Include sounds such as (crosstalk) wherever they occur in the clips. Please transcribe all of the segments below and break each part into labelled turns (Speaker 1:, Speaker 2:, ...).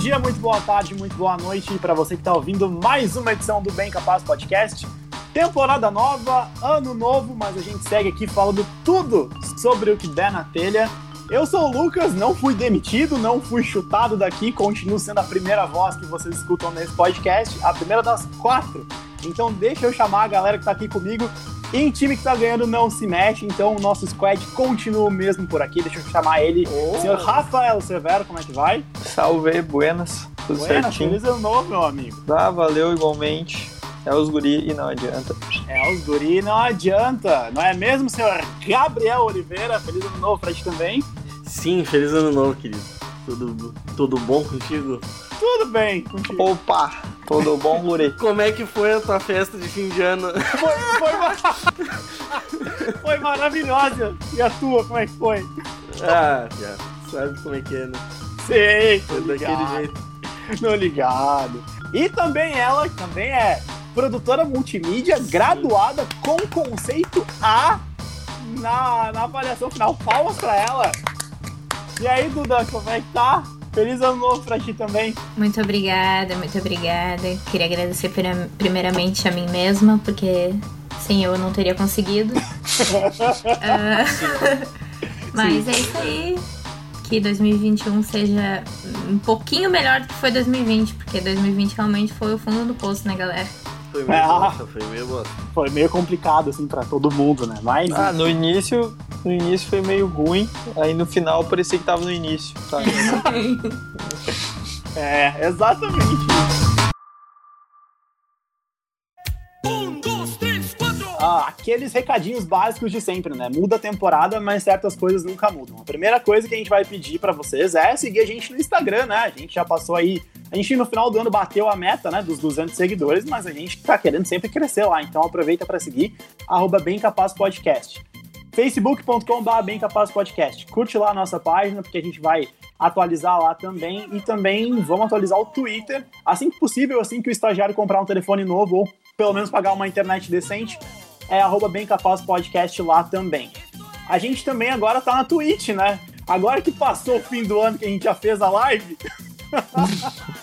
Speaker 1: dia, muito boa tarde, muito boa noite para você que está ouvindo mais uma edição do Bem Capaz Podcast. Temporada nova, ano novo, mas a gente segue aqui falando tudo sobre o que der na telha. Eu sou o Lucas, não fui demitido, não fui chutado daqui, continuo sendo a primeira voz que vocês escutam nesse podcast, a primeira das quatro. Então deixa eu chamar a galera que está aqui comigo. Em time que está ganhando não se mexe, então o nosso squad continua o mesmo por aqui. Deixa eu chamar ele.
Speaker 2: Oh.
Speaker 1: Senhor Rafael Severo, como é que vai?
Speaker 2: Salve, buenas, tudo
Speaker 1: Buena,
Speaker 2: certinho?
Speaker 1: feliz ano novo, meu amigo.
Speaker 2: Ah, valeu igualmente. É os guri e não adianta.
Speaker 1: É, os guri não adianta, não é mesmo, senhor Gabriel Oliveira? Feliz ano novo pra ti também.
Speaker 3: Sim, feliz ano novo, querido. Tudo, tudo bom contigo?
Speaker 1: Tudo bem contigo.
Speaker 2: Opa, todo bom,
Speaker 3: (laughs)
Speaker 2: guri?
Speaker 3: Como é que foi a tua festa de fim de
Speaker 4: (laughs)
Speaker 3: ano?
Speaker 1: Foi, foi, mar- (laughs) foi maravilhosa. E a tua, como é que foi?
Speaker 3: Ah, já. Sabe como é que é, né?
Speaker 1: Sei, tô
Speaker 3: Foi daquele
Speaker 1: ligado.
Speaker 3: jeito.
Speaker 1: (laughs) Tô ligado. E também ela, que também é produtora multimídia, graduada com conceito A na, na avaliação final. Palmas pra ela. E aí, Duda, como é que tá? Feliz ano novo pra ti também.
Speaker 4: Muito obrigada, muito obrigada. Queria agradecer pera- primeiramente a mim mesma, porque sem eu eu não teria conseguido. Ah, mas é isso aí. Que 2021 seja um pouquinho melhor do que foi 2020, porque 2020 realmente foi o fundo do poço, né, galera?
Speaker 3: Foi meio
Speaker 1: Ah.
Speaker 3: bosta, foi meio bosta.
Speaker 1: Foi meio complicado, assim, pra todo mundo, né? Mas.
Speaker 2: Ah, no início, no início foi meio ruim, aí no final parecia que tava no início. Tá?
Speaker 1: É, exatamente. Ah, aqueles recadinhos básicos de sempre, né? Muda a temporada, mas certas coisas nunca mudam. A primeira coisa que a gente vai pedir pra vocês é seguir a gente no Instagram, né? A gente já passou aí. A gente no final do ano bateu a meta, né, dos 200 seguidores, mas a gente tá querendo sempre crescer lá. Então aproveita pra seguir arroba Bem Capaz Podcast. facebook.com.br Bem Capaz Podcast. Curte lá a nossa página, porque a gente vai atualizar lá também. E também vamos atualizar o Twitter. Assim que possível, assim que o estagiário comprar um telefone novo, ou pelo menos pagar uma internet decente, é arroba bem capaz podcast lá também. A gente também agora tá na Twitch, né? Agora que passou o fim do ano que a gente já fez a live,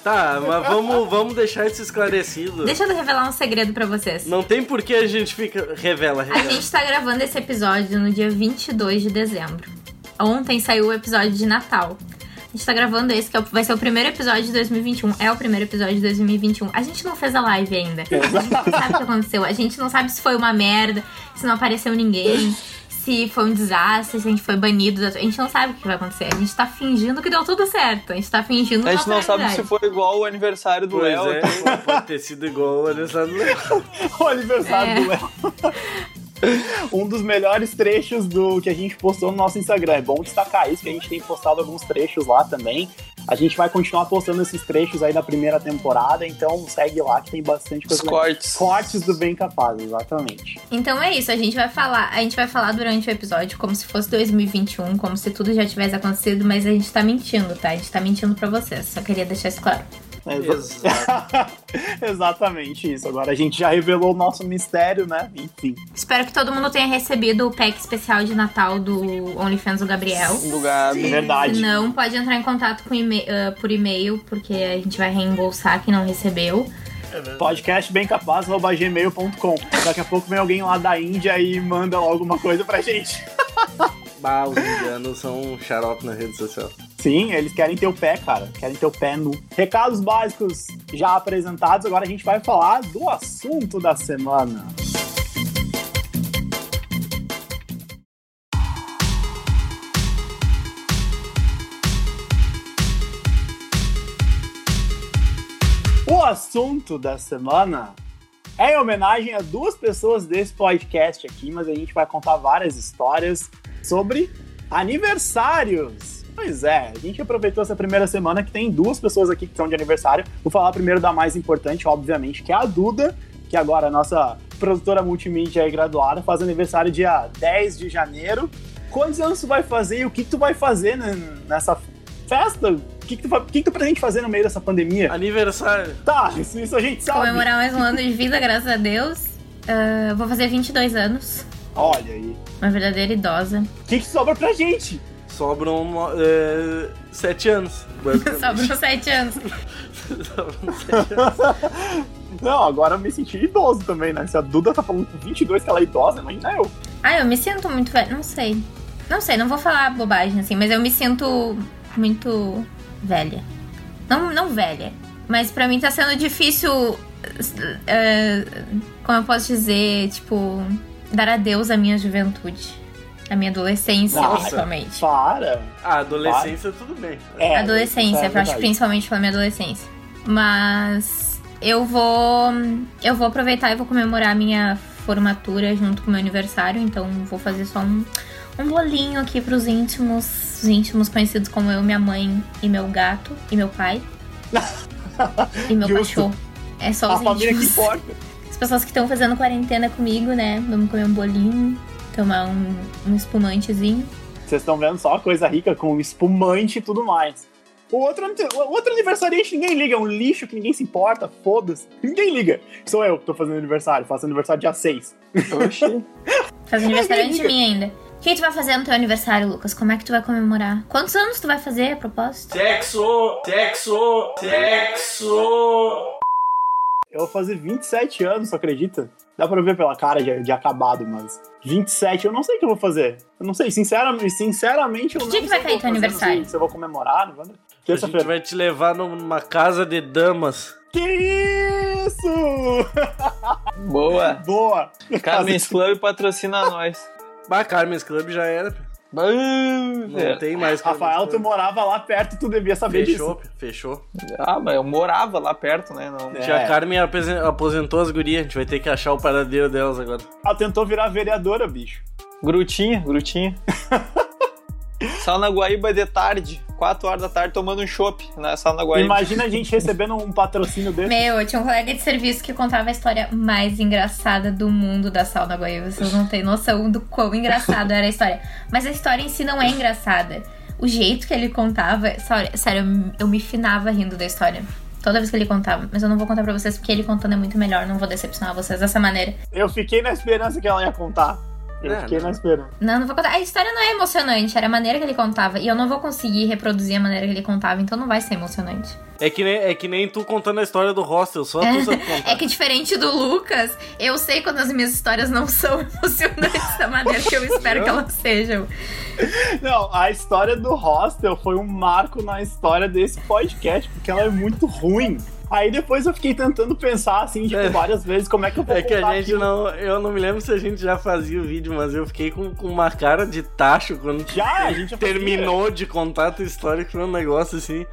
Speaker 3: Tá, mas vamos, vamos deixar isso esclarecido.
Speaker 4: Deixa eu revelar um segredo pra vocês.
Speaker 3: Não tem por que a gente fica. Revela,
Speaker 4: A
Speaker 3: revela.
Speaker 4: gente tá gravando esse episódio no dia 22 de dezembro. Ontem saiu o episódio de Natal. A gente tá gravando esse, que é o- vai ser o primeiro episódio de 2021. É o primeiro episódio de 2021. A gente não fez a live ainda. A gente não sabe o que aconteceu. A gente não sabe se foi uma merda, se não apareceu ninguém, se foi um desastre, se a gente foi banido. da- A gente não sabe o que vai acontecer. A gente tá fingindo que deu tudo certo. A gente tá fingindo
Speaker 2: A gente não
Speaker 4: nossa
Speaker 2: sabe se
Speaker 4: realidade.
Speaker 2: foi igual o aniversário do
Speaker 3: Pois
Speaker 2: Léo.
Speaker 3: é, pode ter sido igual o aniversário
Speaker 4: (laughs)
Speaker 3: do Léo.
Speaker 1: o aniversário
Speaker 4: É.
Speaker 1: do Léo. Um dos melhores trechos do que a gente postou no nosso Instagram. É bom destacar isso, que a gente tem postado alguns trechos lá também. A gente vai continuar postando esses trechos aí da primeira temporada, então segue lá que tem bastante
Speaker 2: Os
Speaker 1: coisa.
Speaker 2: cortes.
Speaker 1: Cortes do Bem Capaz, exatamente.
Speaker 4: Então é isso, a gente vai falar, a gente vai falar durante o episódio como se fosse 2021, como se tudo já tivesse acontecido, mas a gente tá mentindo, tá? A gente tá mentindo pra vocês. Só queria deixar isso claro.
Speaker 1: Exa-
Speaker 3: Exato.
Speaker 1: (laughs) Exatamente isso. Agora a gente já revelou o nosso mistério, né? Enfim.
Speaker 4: Espero que todo mundo tenha recebido o pack especial de Natal do OnlyFans do Gabriel.
Speaker 3: Um
Speaker 2: Do Gabi.
Speaker 1: É verdade.
Speaker 4: Se não, pode entrar em contato com e-mail- ah, por e-mail, porque a gente vai reembolsar quem não recebeu.
Speaker 1: Podcastbemcapaz.gmail.com Daqui a pouco vem alguém lá da Índia e manda alguma coisa pra gente.
Speaker 3: Bah, Ah, os indianos são um xarope na rede social.
Speaker 1: Sim, eles querem ter o pé, cara. Querem ter o pé nu. Recados básicos já apresentados, agora a gente vai falar do assunto da semana. O assunto da semana é em homenagem a duas pessoas desse podcast aqui, mas a gente vai contar várias histórias sobre aniversários. Pois é, a gente aproveitou essa primeira semana que tem duas pessoas aqui que são de aniversário. Vou falar primeiro da mais importante, obviamente, que é a Duda, que agora é a nossa produtora multimídia e graduada, faz aniversário dia 10 de janeiro. Quantos anos tu vai fazer e o que que tu vai fazer ne- nessa festa? O que, que, tu, fa- o que que tu pretende fazer no meio dessa pandemia?
Speaker 3: Aniversário.
Speaker 1: Tá, isso, isso a gente sabe.
Speaker 4: Comemorar mais um ano de vida, graças a Deus. Ah, vou fazer 22 anos,
Speaker 1: Olha aí.
Speaker 4: uma verdadeira idosa.
Speaker 1: (laughs) O que, que sobra pra gente? (laughs)
Speaker 3: Sobram no- eh, sete anos.
Speaker 4: Sobram sete anos.
Speaker 3: (laughs) Sobram sete anos.
Speaker 1: Não, agora eu me senti idoso também, né? Se a Duda tá falando com 22 que ela é idosa, imagina eu.
Speaker 4: Ah, eu me sinto muito velha. Não sei. Não sei, não vou falar bobagem assim, mas eu me sinto muito velha. Não, não velha. Mas pra mim tá sendo difícil. eh, como eu posso dizer? Tipo, dar adeus à minha juventude. À minha adolescência,
Speaker 1: Nossa.
Speaker 4: principalmente.
Speaker 1: Para.
Speaker 3: Ah, adolescência, tudo bem.
Speaker 1: É,
Speaker 4: adolescência,
Speaker 1: isso é
Speaker 4: eu acho que
Speaker 1: verdade.
Speaker 4: principalmente pela minha adolescência. Mas eu vou eu vou aproveitar e vou comemorar a minha formatura junto com o meu aniversário, então vou fazer só um, um bolinho aqui pros íntimos, os íntimos conhecidos como eu, minha mãe e meu gato e meu
Speaker 1: (laughs)
Speaker 4: pai. e meu
Speaker 1: Justo.
Speaker 4: cachorro. É só
Speaker 1: A
Speaker 4: os
Speaker 1: família que
Speaker 4: íntimos.
Speaker 1: importa.
Speaker 4: As pessoas que estão fazendo quarentena comigo, né? Vamos comer um bolinho, tomar um, um espumantezinho.
Speaker 1: Vocês estão vendo só coisa rica com espumante e tudo mais. O outro, o outro aniversariante ninguém liga, é um lixo que ninguém se importa, foda-se. Ninguém liga. Sou eu que tô fazendo aniversário, faço aniversário dia 6.
Speaker 2: Oxi.
Speaker 4: Faz aniversário antes de
Speaker 1: Amiga.
Speaker 4: mim ainda. O que tu vai fazer no teu aniversário, Lucas? Como é que tu vai comemorar? Quantos anos tu vai fazer, a propósito?
Speaker 3: Sexo! Sexo! Sexo!
Speaker 1: Eu vou fazer 27 anos, você acredita? Dá pra ver pela cara de, de acabado, mas. 27, eu não sei o que eu vou fazer. Eu não sei, sinceramente, sinceramente eu
Speaker 4: Que
Speaker 1: não
Speaker 4: dia
Speaker 1: sei.
Speaker 4: que vai
Speaker 1: o
Speaker 4: cair
Speaker 1: eu vou
Speaker 4: teu
Speaker 1: fazer, não
Speaker 4: aniversário?
Speaker 1: sei Se eu vou comemorar, não vai?
Speaker 3: A gente
Speaker 1: Terça-feira.
Speaker 3: vai te levar numa casa de damas.
Speaker 1: Que isso! (laughs)
Speaker 2: Boa.
Speaker 1: Boa!
Speaker 2: Carmen's Club patrocina nós.
Speaker 3: Bah, Carmen's Club já era.
Speaker 2: Bah,
Speaker 3: Não
Speaker 2: velho.
Speaker 3: tem mais Carmen's
Speaker 1: É. Rafael, tu
Speaker 3: Club.
Speaker 1: morava lá perto, tu devia saber
Speaker 3: Fechou,
Speaker 1: disso.
Speaker 3: fechou.
Speaker 2: Ah, mas eu morava lá perto, né? Não.
Speaker 1: É.
Speaker 3: Tia Carmen apesen- aposentou as gurias, a gente vai ter que achar o paradeiro delas agora.
Speaker 1: Ela Ah, tentou virar vereadora, bicho.
Speaker 2: Grutinha, (laughs) grutinha. Sal na Guaíba de tarde, 4 horas da tarde, tomando um chopp na Sal na Guaíba.
Speaker 1: Imagina a gente recebendo um patrocínio desse.
Speaker 4: Meu, eu tinha um colega de serviço que contava a história mais engraçada do mundo da sauna Guaíba. Vocês não têm noção do quão engraçado era a história. Mas a história em si não é engraçada. O jeito que ele contava, sério, sério, eu me- eu me finava rindo da história. Toda vez que ele contava. Mas eu não vou contar pra vocês porque ele contando é muito melhor. Não vou decepcionar vocês dessa maneira.
Speaker 1: Eu fiquei na esperança que ela ia contar. Eu
Speaker 3: Não,
Speaker 1: fiquei
Speaker 3: não.
Speaker 1: na esperança.
Speaker 4: Não, não vou contar. A história não é emocionante, era a maneira que ele contava. E eu não vou conseguir reproduzir a maneira que ele contava, então não vai ser emocionante.
Speaker 3: É que nem, é que nem tu contando a história do hostel, só tu sabe contar.
Speaker 4: (laughs) É que diferente do Lucas, eu sei quando as minhas histórias não são (laughs) emocionantes da maneira que eu espero que elas sejam.
Speaker 1: Não, a história do hostel foi um marco na história desse podcast, porque ela é muito ruim. Aí depois eu fiquei tentando pensar, assim, tipo,
Speaker 3: É.
Speaker 1: várias vezes, como é que eu vou
Speaker 3: É que a
Speaker 2: Tá
Speaker 1: contar
Speaker 3: gente
Speaker 1: aquilo.
Speaker 3: não. Eu não me lembro se a gente já fazia o vídeo, mas eu fiquei com, com uma cara de tacho quando
Speaker 1: Já, a gente já fazia.
Speaker 3: terminou de contar a tua história, que foi um negócio assim.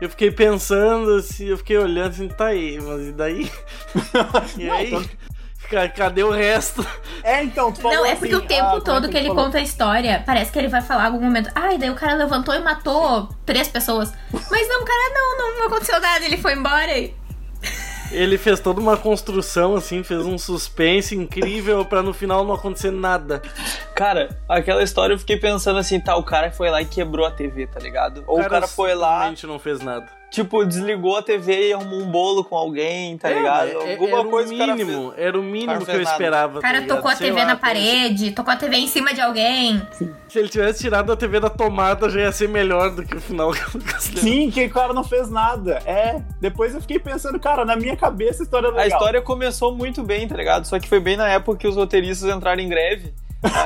Speaker 3: Eu fiquei pensando, assim, eu fiquei olhando assim, tá aí, mas e daí? e
Speaker 1: (laughs) Não,
Speaker 3: aí?
Speaker 1: tanto-
Speaker 3: (laughs) Ca- Cadê o resto?
Speaker 1: É, então, tu falou
Speaker 4: Não, é porque
Speaker 1: assim,
Speaker 4: o tempo
Speaker 1: ah, como é
Speaker 4: todo que ele
Speaker 1: falou?
Speaker 4: conta a história, parece que ele vai falar em algum momento. Ai, daí o cara levantou e matou três pessoas. Mas não, cara, não, não aconteceu nada, ele foi embora. e-
Speaker 3: Ele fez toda uma construção, assim, fez um suspense incrível pra no final não acontecer nada.
Speaker 2: Cara, aquela história eu fiquei pensando assim, tá, o cara foi lá e quebrou a TV, tá ligado? Ou o cara foi lá,
Speaker 3: simplesmente não fez nada.
Speaker 2: tipo, desligou a TV e arrumou um bolo com alguém, tá
Speaker 3: É,
Speaker 2: ligado?
Speaker 3: é-
Speaker 2: Alguma
Speaker 3: era
Speaker 2: coisa
Speaker 3: o
Speaker 2: que o cara fez.
Speaker 3: mínimo, era o
Speaker 2: cara
Speaker 3: mínimo
Speaker 2: não
Speaker 3: que
Speaker 2: fez
Speaker 3: eu
Speaker 2: nada.
Speaker 3: esperava.
Speaker 4: O
Speaker 3: tá
Speaker 4: cara
Speaker 3: ligado?
Speaker 4: tocou a
Speaker 3: Sei
Speaker 4: TV
Speaker 3: lá,
Speaker 4: na
Speaker 3: tem-
Speaker 4: parede, tocou a TV em cima de alguém.
Speaker 3: Se ele tivesse tirado a TV da tomada, já ia ser melhor do que o final que o
Speaker 1: (laughs)
Speaker 3: Lucas leu.
Speaker 1: Sim, que o cara não fez nada. É, depois eu fiquei pensando, cara, na minha cabeça a história é legal.
Speaker 2: A história começou muito bem, tá ligado? Só que foi bem na época que os roteiristas entraram em greve.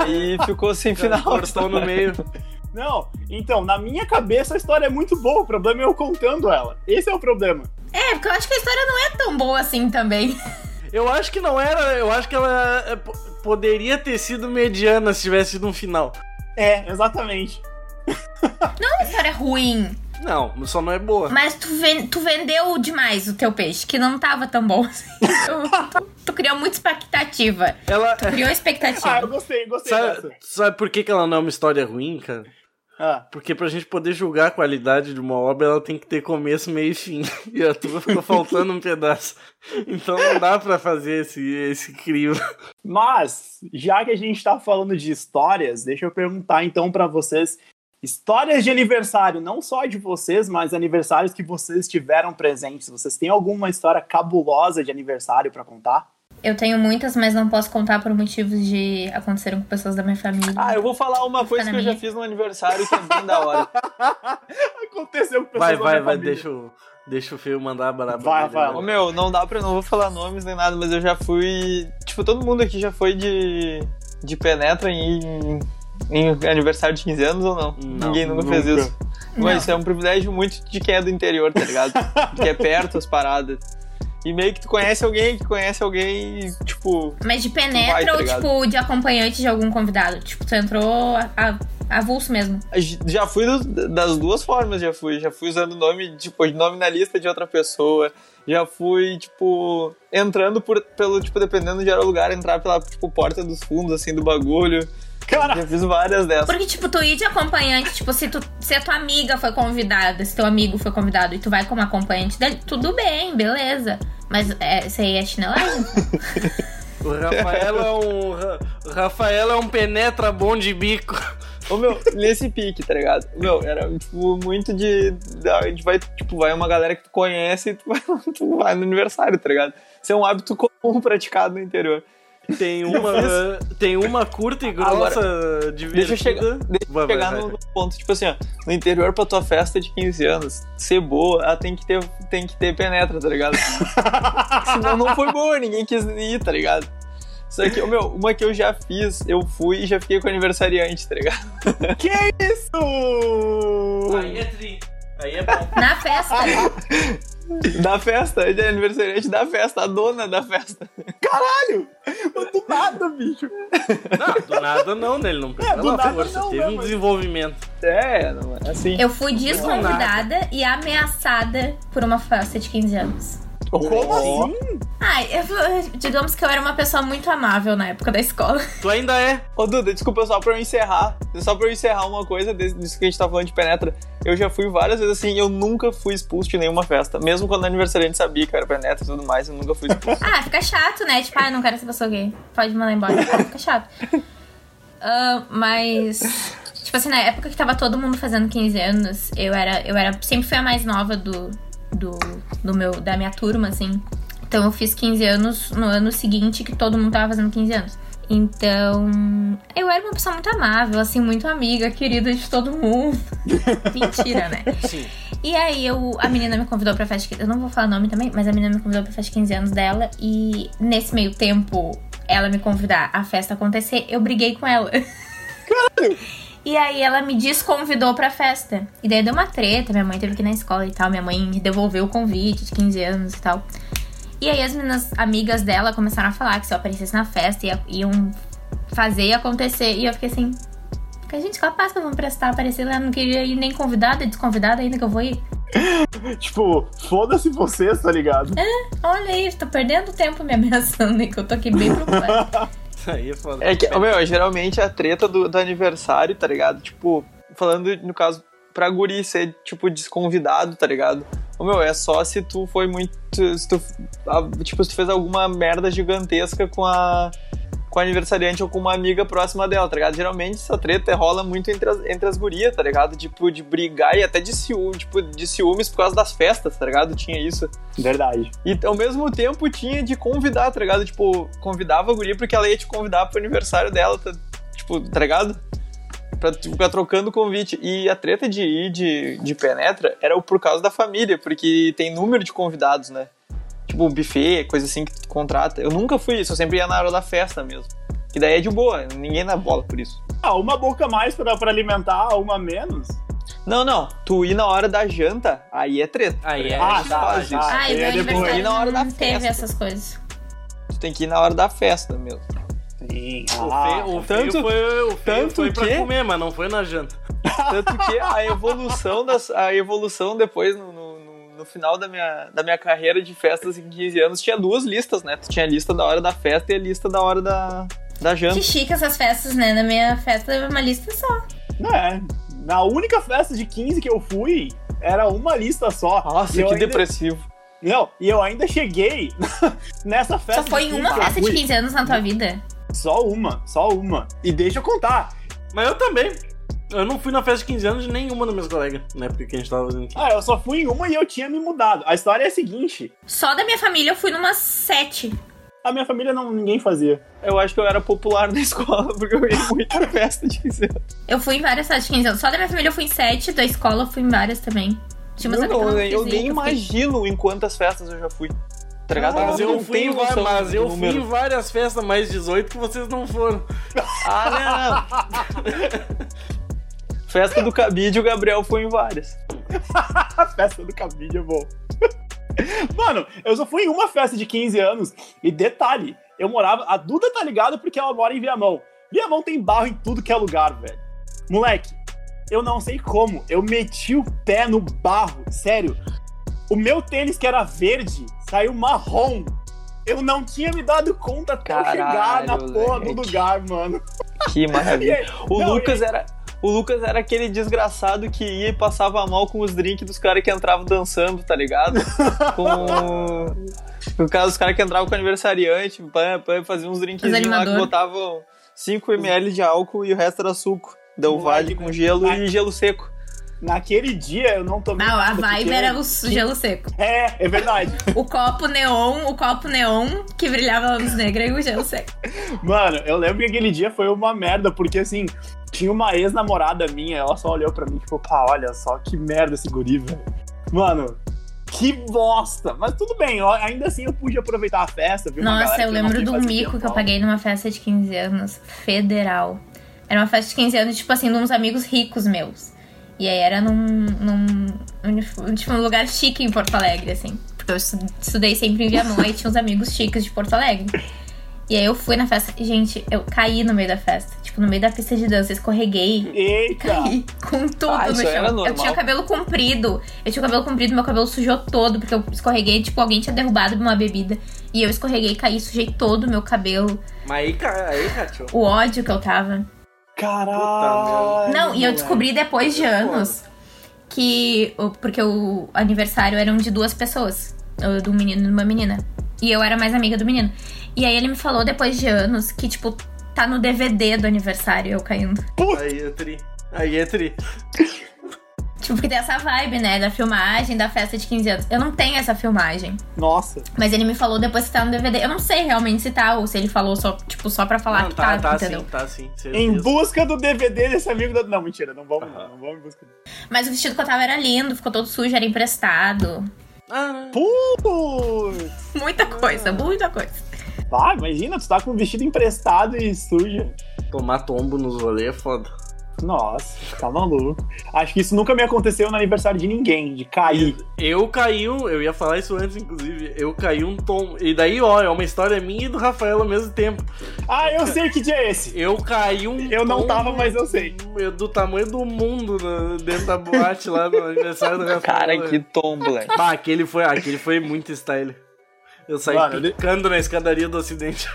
Speaker 2: Aí (laughs) ficou sem final.
Speaker 3: Cortou no meio. é-
Speaker 1: Não, então, na minha cabeça a história é muito boa, o problema é eu contando ela. Esse é o problema.
Speaker 4: É, porque eu acho que a história não é tão boa assim também. (laughs)
Speaker 3: Eu acho que não era, eu acho que ela é, po- poderia ter sido mediana se tivesse sido um final.
Speaker 1: É, exatamente.
Speaker 4: A história é ruim.
Speaker 3: Não, só não é boa.
Speaker 4: Mas tu, ven- tu vendeu demais o teu peixe, que não tava tão bom (laughs) assim. tu, tu- tu criou muita expectativa.
Speaker 1: (laughs)
Speaker 3: Ela.
Speaker 4: Criou
Speaker 1: Ah, eu
Speaker 4: expectativa.
Speaker 1: gostei, gostei dessa.
Speaker 3: Sabe, sabe por que, que ela não é uma história ruim, cara?
Speaker 1: Ah,
Speaker 3: Porque pra gente poder julgar a qualidade de uma obra, ela tem que ter começo, meio e fim. (laughs) E a tua ficou faltando um pedaço. Então não dá pra fazer esse, esse crivo.
Speaker 1: mas, já que a gente tá falando de histórias, deixa eu perguntar então pra vocês. Histórias de aniversário, não só de vocês, mas aniversários que vocês tiveram presentes. Vocês têm alguma história cabulosa de aniversário pra contar?
Speaker 4: Eu tenho muitas, mas não posso contar por motivos de aconteceram com pessoas da minha família.
Speaker 2: Ah, eu vou falar uma coisa que eu já fiz no aniversário que é bem da hora.
Speaker 1: Aconteceu com
Speaker 3: Vai,
Speaker 1: pessoas da
Speaker 3: vai,
Speaker 1: minha
Speaker 3: vai,
Speaker 1: família.
Speaker 3: deixa o, deixa o Feio mandar a baraba.
Speaker 1: Vai,
Speaker 3: dele,
Speaker 1: vai.
Speaker 2: Ô
Speaker 3: né?
Speaker 2: meu, não dá pra. Não vou falar nomes nem nada, mas eu já fui. Tipo, todo mundo aqui já foi de. de penetra em. em aniversário de 15 anos ou não?
Speaker 3: Não,
Speaker 2: Ninguém nunca, fez
Speaker 3: nunca.
Speaker 2: isso. Mas isso é um privilégio muito de quem é do interior, tá
Speaker 3: (laughs)
Speaker 2: ligado? de quem é perto as paradas. E meio que tu conhece alguém que conhece alguém e, tipo.
Speaker 4: Mas de
Speaker 2: Vai,
Speaker 4: penetra
Speaker 2: tá
Speaker 4: ou,
Speaker 2: ligado?
Speaker 4: tipo, de acompanhante de algum convidado? Tipo, tu entrou a- a- avulso mesmo.
Speaker 2: Já fui do- das duas formas, já fui. Já fui usando nome, tipo, de nome na lista de outra pessoa. Já fui, tipo, entrando por, pelo, tipo, dependendo de era o lugar, entrar pela, tipo, porta dos fundos, assim, do bagulho.
Speaker 1: Cara,
Speaker 2: Já fiz várias dessas.
Speaker 4: Porque, tipo, tu ir de acompanhante, tipo, se, tu, se a tua amiga foi convidada, se teu amigo foi convidado e tu vai como acompanhante dele, tudo bem, beleza. Mas é, isso aí é chinelagem?
Speaker 3: O Rafael é um. Ra- o Rafael é um penetra bom de bico.
Speaker 2: Ô, meu, nesse pique, tá ligado? Meu, era, tipo, muito de... da- A gente vai, tipo, vai uma galera que tu conhece e tu vai, (laughs) tu vai no aniversário, tá ligado? Isso é um hábito comum praticado no interior.
Speaker 3: Tem uma, eh, tem uma curta e grossa divertida.
Speaker 2: Deixa eu chegar-
Speaker 3: Vai, vai,
Speaker 2: Pegar
Speaker 3: vai.
Speaker 2: no no ponto, tipo assim, ó, no interior pra tua festa é de 15 anos, ser boa, ela tem que ter, tem que ter penetra, tá ligado? Senão não foi boa, ninguém quis ir, tá ligado? Só que, ô, meu, uma que eu já fiz, eu fui e já fiquei com o aniversariante, tá ligado?
Speaker 1: que isso?
Speaker 3: Aí é tri. Aí é bom.
Speaker 4: Na festa. né?
Speaker 2: Da festa, ele é aniversariante da festa, a dona da festa.
Speaker 1: Do nada, bicho.
Speaker 3: (laughs) Não, do nada não, né? Ele não precisa
Speaker 1: É, do
Speaker 3: da
Speaker 1: nada
Speaker 3: força.
Speaker 1: não,
Speaker 3: Teve
Speaker 1: né,
Speaker 3: um
Speaker 1: mas-
Speaker 3: desenvolvimento.
Speaker 2: É, não é assim.
Speaker 4: Eu fui desconvidada e ameaçada por uma festa de 15 anos.
Speaker 1: Como assim?
Speaker 4: Ai, eu- digamos que eu era uma pessoa muito amável na época da escola.
Speaker 3: Tu ainda é?
Speaker 2: Ô Duda, desculpa, só pra eu encerrar. Só pra eu encerrar uma coisa desse- disso que a gente tá falando de penetra. Eu já fui várias vezes assim, eu nunca fui expulso de nenhuma festa. Mesmo quando o aniversariante sabia que eu era penetra e tudo mais, eu nunca fui expulso.
Speaker 4: (laughs) Ah, fica chato, né? Tipo, ah, não quero essa pessoa gay. Pode mandar embora. Fica chato. Ah, mas. Tipo assim, na época que tava todo mundo fazendo 15 anos, eu era. Eu era. Sempre fui a mais nova do. do, do meu, da minha turma, assim. Então eu fiz 15 anos no ano seguinte que todo mundo tava fazendo 15 anos. Então. Eu era uma pessoa muito amável, assim, muito amiga, querida de todo mundo. (laughs) Mentira, né?
Speaker 3: Sim.
Speaker 4: E aí eu, a menina me convidou pra festa de 15 Eu não vou falar o nome também, mas a menina me convidou pra festa de 15 anos dela. E nesse meio tempo, ela me convidar a festa acontecer, eu briguei com ela. E aí ela me desconvidou pra festa. E daí deu uma treta, minha mãe teve que ir na escola e tal. Minha mãe me devolveu o convite de 15 anos e tal. E aí as meninas amigas dela começaram a falar que se eu aparecesse na festa, ia, iam fazer e acontecer. E eu fiquei assim, "Fica, gente, qual a paz que eu vou me prestar a aparecer lá? Eu não queria ir nem convidada, desconvidada ainda que eu vou ir.
Speaker 1: Tipo, foda-se vocês, tá ligado?
Speaker 4: Olha aí, tô perdendo tempo me ameaçando, hein, que eu tô aqui bem
Speaker 1: (laughs)
Speaker 4: preocupada.
Speaker 3: Aí é foda.
Speaker 2: É que, ô, meu, geralmente a treta do, do aniversário, tá ligado? Tipo, falando no caso, pra guri ser, tipo, desconvidado, tá ligado? Ô, meu, é só se tu foi muito. Se tu, a- tipo, se tu fez alguma merda gigantesca com a. Com a aniversariante ou com uma amiga próxima dela, tá ligado? Geralmente essa treta rola muito entre as, entre as gurias, tá ligado? Tipo, de brigar e até de ciúme, tipo, de ciúmes por causa das festas, tá ligado? Tinha isso.
Speaker 1: Verdade.
Speaker 2: E ao mesmo tempo tinha de convidar, tá ligado? Tipo, convidava a guria porque ela ia te convidar pro aniversário dela, tá, tipo, tá ligado? Pra tu ficar trocando convite. E a treta de ir de, de penetra era o por causa da família, porque tem número de convidados, né? Tipo, buffet, coisa assim que tu contrata. Eu nunca fui isso, eu sempre ia na hora da festa mesmo. Que daí é de boa, ninguém na bola por isso.
Speaker 1: Ah, uma boca a mais pra, pra alimentar, uma a menos?
Speaker 2: Não, não, tu ir na hora da janta, aí é treta.
Speaker 3: Aí é.
Speaker 1: Ah,
Speaker 2: tu
Speaker 1: tá,
Speaker 2: faz
Speaker 1: tá.
Speaker 2: isso.
Speaker 4: Ai,
Speaker 1: é
Speaker 4: meu
Speaker 1: depois.
Speaker 4: aniversário
Speaker 2: E na hora
Speaker 4: não
Speaker 2: da
Speaker 4: teve
Speaker 2: festa.
Speaker 4: essas coisas.
Speaker 2: Tu tem que ir na hora da festa mesmo.
Speaker 1: Sim.
Speaker 3: O
Speaker 1: Ah,
Speaker 3: feio, o
Speaker 2: tanto-
Speaker 3: feio foi, o feio
Speaker 2: tanto
Speaker 3: foi pra
Speaker 2: que-
Speaker 3: comer, mas não foi na janta.
Speaker 2: Tanto que a evolução, das, a evolução depois, no, no- no- no final da minha, da minha carreira de festas em 15 anos, tinha duas listas, né? Tu tinha a lista da hora da festa e a lista da hora da, da janta.
Speaker 4: Que chique essas festas, né? Na minha festa é uma lista só.
Speaker 1: É, na única festa de 15 que eu fui, era uma lista só.
Speaker 2: Nossa,
Speaker 1: E eu
Speaker 2: que
Speaker 1: ainda-
Speaker 2: depressivo.
Speaker 1: Não, e eu ainda cheguei (laughs) nessa festa.
Speaker 4: Só foi
Speaker 1: de
Speaker 4: em uma
Speaker 1: 15 que eu
Speaker 4: festa de
Speaker 1: fui.
Speaker 4: 15 anos na tua vida?
Speaker 1: Só uma, só uma. E deixa eu contar.
Speaker 3: Mas eu também. Eu não fui na festa de 15 anos de nenhuma das minhas colegas, na época que a gente tava fazendo aqui.
Speaker 1: Ah, eu só fui em uma e eu tinha me mudado. A história é a seguinte.
Speaker 4: Só da minha família eu fui numa sete.
Speaker 1: a minha família não, ninguém fazia.
Speaker 2: Eu acho que eu era popular na (laughs) escola, porque eu ia muito pra festa de 15 anos.
Speaker 4: Eu fui em várias festas de 15 anos. Só da minha família eu fui em sete, da escola eu fui em várias também. Tinha umas
Speaker 2: eu
Speaker 4: amigas
Speaker 2: não,
Speaker 4: que
Speaker 2: né? eu
Speaker 4: fiz isso,
Speaker 2: nem
Speaker 4: eu fiquei-
Speaker 2: imagino em quantas festas eu já fui. Tá ligado?
Speaker 3: Ah, Mas eu,
Speaker 2: não
Speaker 3: fui, em
Speaker 2: tenho
Speaker 3: va-
Speaker 2: noção
Speaker 3: mas
Speaker 2: do
Speaker 3: eu fui em
Speaker 2: número.
Speaker 3: várias festas mais 18 que vocês não foram.
Speaker 2: Ah, não,
Speaker 3: (laughs)
Speaker 2: não. Festa do cabide, o Gabriel foi em várias.
Speaker 1: A (laughs) festa do cabide é bom. (laughs) Mano, eu só fui em uma festa de 15 anos. E detalhe, eu morava. A Duda tá ligada porque ela mora em Viamão. Viamão tem barro em tudo que é lugar, velho. Moleque, eu não sei como. Eu meti o pé no barro, sério. O meu tênis, que era verde, saiu marrom. Eu não tinha me dado conta até eu chegar na
Speaker 2: Caralho,
Speaker 1: porra do
Speaker 2: moleque. É,
Speaker 1: lugar, mano.
Speaker 2: Que
Speaker 1: E
Speaker 2: maravilha.
Speaker 1: aí,
Speaker 2: O
Speaker 1: Não,
Speaker 2: Lucas era. O Lucas era aquele desgraçado que ia e passava mal com os drinks dos caras que entravam dançando,
Speaker 1: (laughs)
Speaker 2: tá ligado? Com. No caso, os caras que entravam com aniversariante, pã, pã, faziam uns drinkzinhos lá que
Speaker 4: animador.
Speaker 2: botavam 5ml de álcool e o resto era suco. Deu
Speaker 1: Moleque,
Speaker 2: vale
Speaker 1: né?
Speaker 2: com gelo
Speaker 1: Vai.
Speaker 2: e gelo seco.
Speaker 1: naquele dia eu não tomei.
Speaker 4: Não, Ah, a
Speaker 1: nada,
Speaker 4: vibe
Speaker 1: porque-
Speaker 4: era o su- gelo seco.
Speaker 1: É, é verdade.
Speaker 4: O copo neon, o copo neon que brilhava a luz negra e o gelo seco.
Speaker 1: Mano, eu lembro que aquele dia foi uma merda, porque assim, tinha uma ex-namorada minha, ela só olhou pra mim, tipo, pá, olha só que merda esse guri, velho. Mano, que bosta! Mas tudo bem, ó, ainda assim eu pude aproveitar a festa, viu? Uma
Speaker 4: Nossa,
Speaker 1: galera
Speaker 4: eu
Speaker 1: que não
Speaker 4: lembro
Speaker 1: vi
Speaker 4: do
Speaker 1: faz um
Speaker 4: mico
Speaker 1: tempão.
Speaker 4: que eu paguei numa festa de 15 anos, federal. Era uma festa de 15 anos, tipo assim, de uns amigos ricos meus. E aí era num, num- num, tipo, um lugar chique em Porto Alegre, assim. Porque eu estu- estudei sempre em Viamão e tinha uns amigos chiques de Porto Alegre. E aí eu fui na festa. Gente, eu caí no meio da festa. Tipo, no meio da pista de dança, escorreguei.
Speaker 1: Eita!
Speaker 4: caí com tudo
Speaker 2: Ah,
Speaker 4: no
Speaker 2: isso
Speaker 4: chão.
Speaker 2: era normal.
Speaker 4: Eu tinha o cabelo comprido. Eu tinha o cabelo comprido, meu cabelo sujou todo, porque eu escorreguei, tipo, alguém tinha derrubado uma bebida. E eu escorreguei, caí, sujei todo o meu cabelo.
Speaker 3: Mas aí, cara, aí, Ratio.
Speaker 4: O ódio que eu tava.
Speaker 1: Caralho!
Speaker 4: Não, e eu descobri depois de
Speaker 3: Foda.
Speaker 4: anos que. o- Porque o aniversário era um de duas pessoas. o De um menino e de uma menina. E eu era mais amiga do menino. E aí ele me falou depois de anos que, tipo, tá no DVD do aniversário eu caindo. (laughs)
Speaker 3: Aí é tri. Aí é tri.
Speaker 4: Tipo, que tem essa vibe, né? Da filmagem, da festa de 15 anos. Eu não tenho essa filmagem.
Speaker 1: Nossa!
Speaker 4: Mas ele me falou depois que tá no DVD. Eu não sei realmente se tá, ou se ele falou só, tipo, só pra falar
Speaker 3: Não,
Speaker 4: que
Speaker 3: tá,
Speaker 4: tá,
Speaker 3: tá
Speaker 4: entendeu?
Speaker 3: sim, tá sim. certeza.
Speaker 1: Em busca do DVD desse amigo da. Não, mentira, não vamos, não, não vamos em busca.
Speaker 4: Mas o vestido que eu tava era lindo, ficou todo sujo, era emprestado. (laughs)
Speaker 3: Ah,
Speaker 1: Putz!
Speaker 4: Muita coisa, muita coisa.
Speaker 1: Ah, imagina, tu tá com um vestido emprestado e suja.
Speaker 3: tomar tombo nos rolê é foda.
Speaker 1: Nossa, tá maluco. Acho que isso nunca me aconteceu no aniversário de ninguém, de cair.
Speaker 3: Eu caí um, eu ia falar isso antes, inclusive. Eu caí um tom. E daí, ó, é uma história minha e do Rafael ao mesmo tempo.
Speaker 1: Ah, eu sei que dia é esse.
Speaker 3: Eu caí um.
Speaker 1: Eu não
Speaker 3: tombo
Speaker 1: tava, mas eu sei.
Speaker 3: eu- Do tamanho do mundo na- dentro da boate lá no aniversário (laughs) do Rafael.
Speaker 2: Cara, que
Speaker 1: (laughs)
Speaker 2: tombo, moleque.
Speaker 3: Bah, aquele foi, aquele foi muito style. Eu saí
Speaker 1: Mano, eu dei-
Speaker 3: picando na escadaria
Speaker 1: (laughs)
Speaker 3: do ocidente.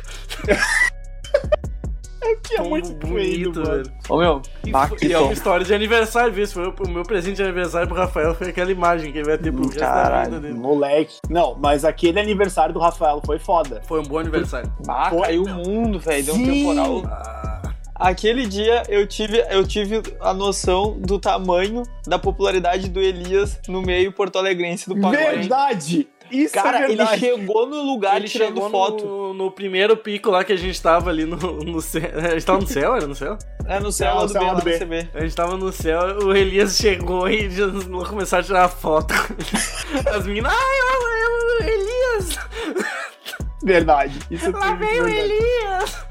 Speaker 1: Que é muito
Speaker 3: Tombo
Speaker 1: bonito, mano.
Speaker 2: Ô meu,
Speaker 3: E,
Speaker 2: ah,
Speaker 3: foi-
Speaker 2: que
Speaker 3: e é uma
Speaker 2: tombo.
Speaker 3: história de aniversário, viu? Isso Foi o, o meu presente de aniversário pro Rafael foi aquela imagem que ele vai ter pro resto da vida
Speaker 2: Caralho,
Speaker 3: dele.
Speaker 1: Moleque. Não, mas aquele aniversário do Rafael foi foda.
Speaker 3: Foi um bom aniversário.
Speaker 2: Ah,
Speaker 1: Foi-
Speaker 2: caiu o mundo, velho. Deu um
Speaker 1: Sim.
Speaker 2: temporal
Speaker 3: Ah,
Speaker 2: Aquele dia eu tive, eu tive a noção do tamanho da popularidade do Elias no meio porto-alegrense do pagode.
Speaker 1: Verdade! Isso é
Speaker 2: Cara, ele
Speaker 1: verdade.
Speaker 2: chegou no lugar
Speaker 3: ele
Speaker 2: tirando
Speaker 3: chegou
Speaker 2: foto.
Speaker 3: No, no primeiro pico lá que a gente tava ali no, no céu. (laughs) A gente tava no céu? Era no céu?
Speaker 2: É no céu
Speaker 1: Não,
Speaker 2: lá
Speaker 1: no
Speaker 2: do
Speaker 1: céu
Speaker 2: B,
Speaker 1: lá do
Speaker 2: lá do
Speaker 1: B.
Speaker 2: CB.
Speaker 3: A gente tava no céu, o Elias chegou e já começou a tirar foto. (laughs) As meninas. Ah, é o Elias!
Speaker 1: Verdade. Isso
Speaker 3: Lá
Speaker 1: tudo é
Speaker 3: vem o
Speaker 1: verdade.
Speaker 3: Elias!